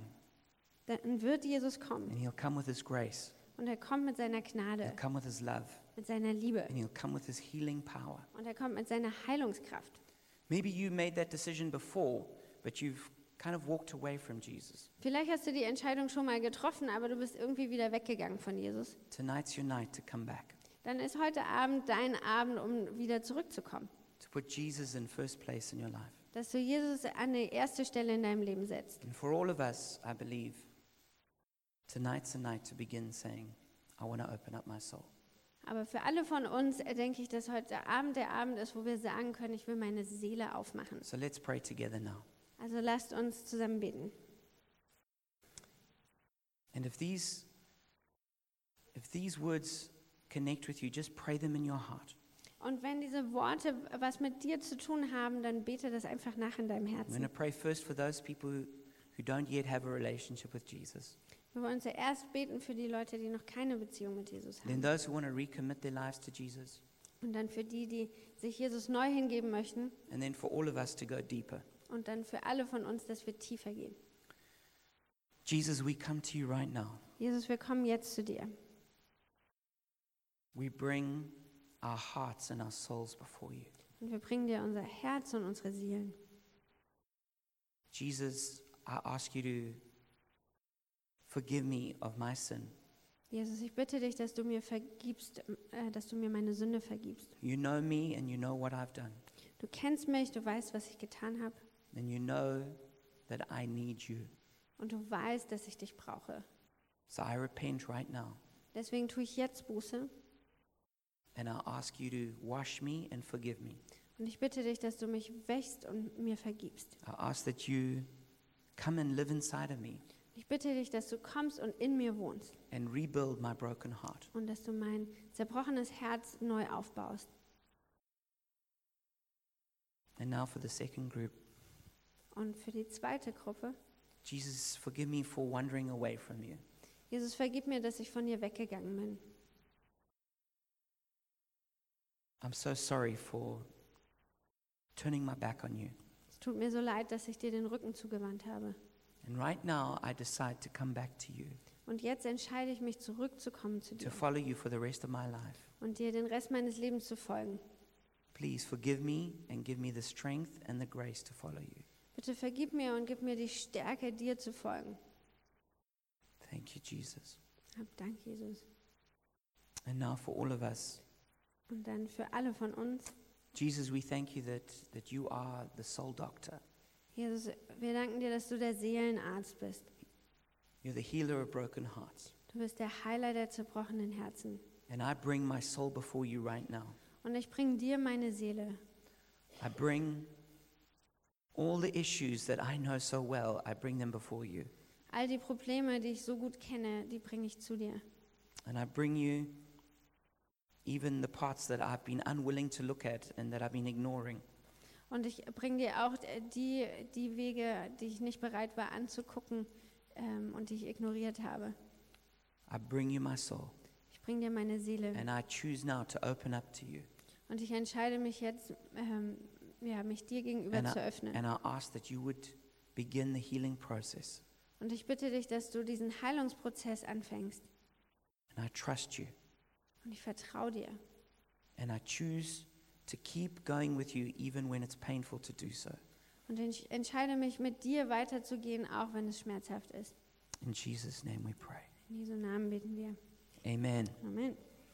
[SPEAKER 2] dann wird Jesus kommen.
[SPEAKER 1] and he'll come with his grace,
[SPEAKER 2] Und er kommt mit seiner
[SPEAKER 1] he'll
[SPEAKER 2] Gnade,
[SPEAKER 1] come with his love,
[SPEAKER 2] mit seiner Liebe.
[SPEAKER 1] and he'll come with his healing power.
[SPEAKER 2] Und er kommt mit seiner Heilungskraft.
[SPEAKER 1] Maybe you made that decision before, but you've kind of walked away from Jesus.
[SPEAKER 2] Vielleicht hast du die Entscheidung schon mal getroffen, aber du bist irgendwie wieder weggegangen von Jesus.
[SPEAKER 1] Tonight's your night to come back,
[SPEAKER 2] Dann ist heute Abend dein Abend, um wieder zurückzukommen.
[SPEAKER 1] to put Jesus in first place in your life.
[SPEAKER 2] Dass du Jesus an die erste Stelle in deinem Leben setzt.
[SPEAKER 1] And for all of us, I believe, tonight's a night to begin saying, I want to open up my soul.
[SPEAKER 2] Aber für alle von uns äh, denke ich, dass heute Abend der Abend ist, wo wir sagen können, ich will meine Seele aufmachen.
[SPEAKER 1] So let's pray together now.
[SPEAKER 2] Also lasst uns zusammen beten.
[SPEAKER 1] And if these if these words connect with you, just pray them in your heart.
[SPEAKER 2] Und wenn diese Worte was mit dir zu tun haben, dann bete das einfach nach in deinem
[SPEAKER 1] I'm going
[SPEAKER 2] Herzen.
[SPEAKER 1] to pray first for those people who, who don't yet have a relationship with Jesus.
[SPEAKER 2] Wir wollen zuerst beten für die Leute, die noch keine Beziehung mit Jesus
[SPEAKER 1] Then
[SPEAKER 2] haben.
[SPEAKER 1] those who want to recommit their lives to Jesus.
[SPEAKER 2] Und dann für die, die sich Jesus neu hingeben möchten.
[SPEAKER 1] And then for all of us to go deeper.
[SPEAKER 2] Und dann für alle von uns, dass wir tiefer gehen.
[SPEAKER 1] Jesus, we come to you right now.
[SPEAKER 2] Jesus, wir kommen jetzt zu dir.
[SPEAKER 1] We bring our hearts and our souls before you.
[SPEAKER 2] Und wir bringen dir unser Herz und unsere Seelen.
[SPEAKER 1] Jesus, I ask you to forgive me of my sin.
[SPEAKER 2] Jesus, ich bitte dich, dass du mir vergibst, äh, dass du mir meine Sünde vergibst.
[SPEAKER 1] You know me and you know what I've done.
[SPEAKER 2] Du kennst mich, du weißt, was ich getan habe.
[SPEAKER 1] And you know that I need you.
[SPEAKER 2] Und du weißt, dass ich dich brauche.
[SPEAKER 1] So I repent right now
[SPEAKER 2] Deswegen tue ich jetzt Buße.
[SPEAKER 1] and I ask you to wash me and forgive me.
[SPEAKER 2] Und ich bitte dich, dass du mich wächst und mir vergibst.
[SPEAKER 1] I ask that you come and live inside of me
[SPEAKER 2] Ich bitte dich, dass du kommst und in mir wohnst.
[SPEAKER 1] and rebuild my broken heart.
[SPEAKER 2] Und dass du mein zerbrochenes Herz neu aufbaust.
[SPEAKER 1] And now for the second group
[SPEAKER 2] Und für die zweite Gruppe.
[SPEAKER 1] Jesus, forgive me for wandering away from you.
[SPEAKER 2] Jesus, vergib mir, dass ich von dir weggegangen bin.
[SPEAKER 1] I'm so sorry for turning my back on you.
[SPEAKER 2] Es tut mir so leid, dass ich dir den Rücken zugewandt habe.
[SPEAKER 1] And right now, I decide to come back to you,
[SPEAKER 2] Und jetzt entscheide ich mich, zurückzukommen zu
[SPEAKER 1] to
[SPEAKER 2] dir
[SPEAKER 1] follow you for the rest of my life.
[SPEAKER 2] und dir den Rest meines Lebens zu folgen.
[SPEAKER 1] Please forgive me and give me the strength and the grace to follow you.
[SPEAKER 2] Bitte vergib mir und gib mir die Stärke, dir zu folgen.
[SPEAKER 1] Thank you, Jesus.
[SPEAKER 2] Hab Dank, Jesus.
[SPEAKER 1] And now for all of us,
[SPEAKER 2] Und dann für alle von uns.
[SPEAKER 1] Jesus, we thank you that, that you are the soul doctor.
[SPEAKER 2] Jesus, wir danken dir, dass du der Seelenarzt bist.
[SPEAKER 1] You're the healer of broken hearts.
[SPEAKER 2] Du bist der Heiler der zerbrochenen Herzen.
[SPEAKER 1] And I bring my soul before you right now.
[SPEAKER 2] Und ich bringe dir meine Seele.
[SPEAKER 1] I bring all the issues that I know so well, I bring them before you.
[SPEAKER 2] All die Probleme, die ich so gut kenne, die bringe ich zu dir.
[SPEAKER 1] And I bring you even the parts that I've been unwilling to look at and that I've been ignoring.
[SPEAKER 2] Und ich bringe dir auch äh, die, die Wege, die ich nicht bereit war anzugucken ähm, und die ich ignoriert habe.
[SPEAKER 1] I bring you my soul.
[SPEAKER 2] Ich bringe dir meine Seele.
[SPEAKER 1] And I choose now to open up to you.
[SPEAKER 2] Und ich entscheide mich jetzt, ähm, ja, mich dir gegenüber
[SPEAKER 1] And
[SPEAKER 2] zu
[SPEAKER 1] I,
[SPEAKER 2] öffnen.
[SPEAKER 1] and I ask that you would begin the healing process.
[SPEAKER 2] Und ich bitte dich, dass du diesen Heilungsprozess anfängst.
[SPEAKER 1] And I trust you.
[SPEAKER 2] Und ich vertraue dir.
[SPEAKER 1] And I choose to keep going with you even when it's painful to do so.
[SPEAKER 2] Und ich entscheide mich, mit dir weiterzugehen, auch wenn es schmerzhaft ist.
[SPEAKER 1] In Jesus' name we pray.
[SPEAKER 2] In Jesu Namen beten wir.
[SPEAKER 1] Amen.
[SPEAKER 2] Amen.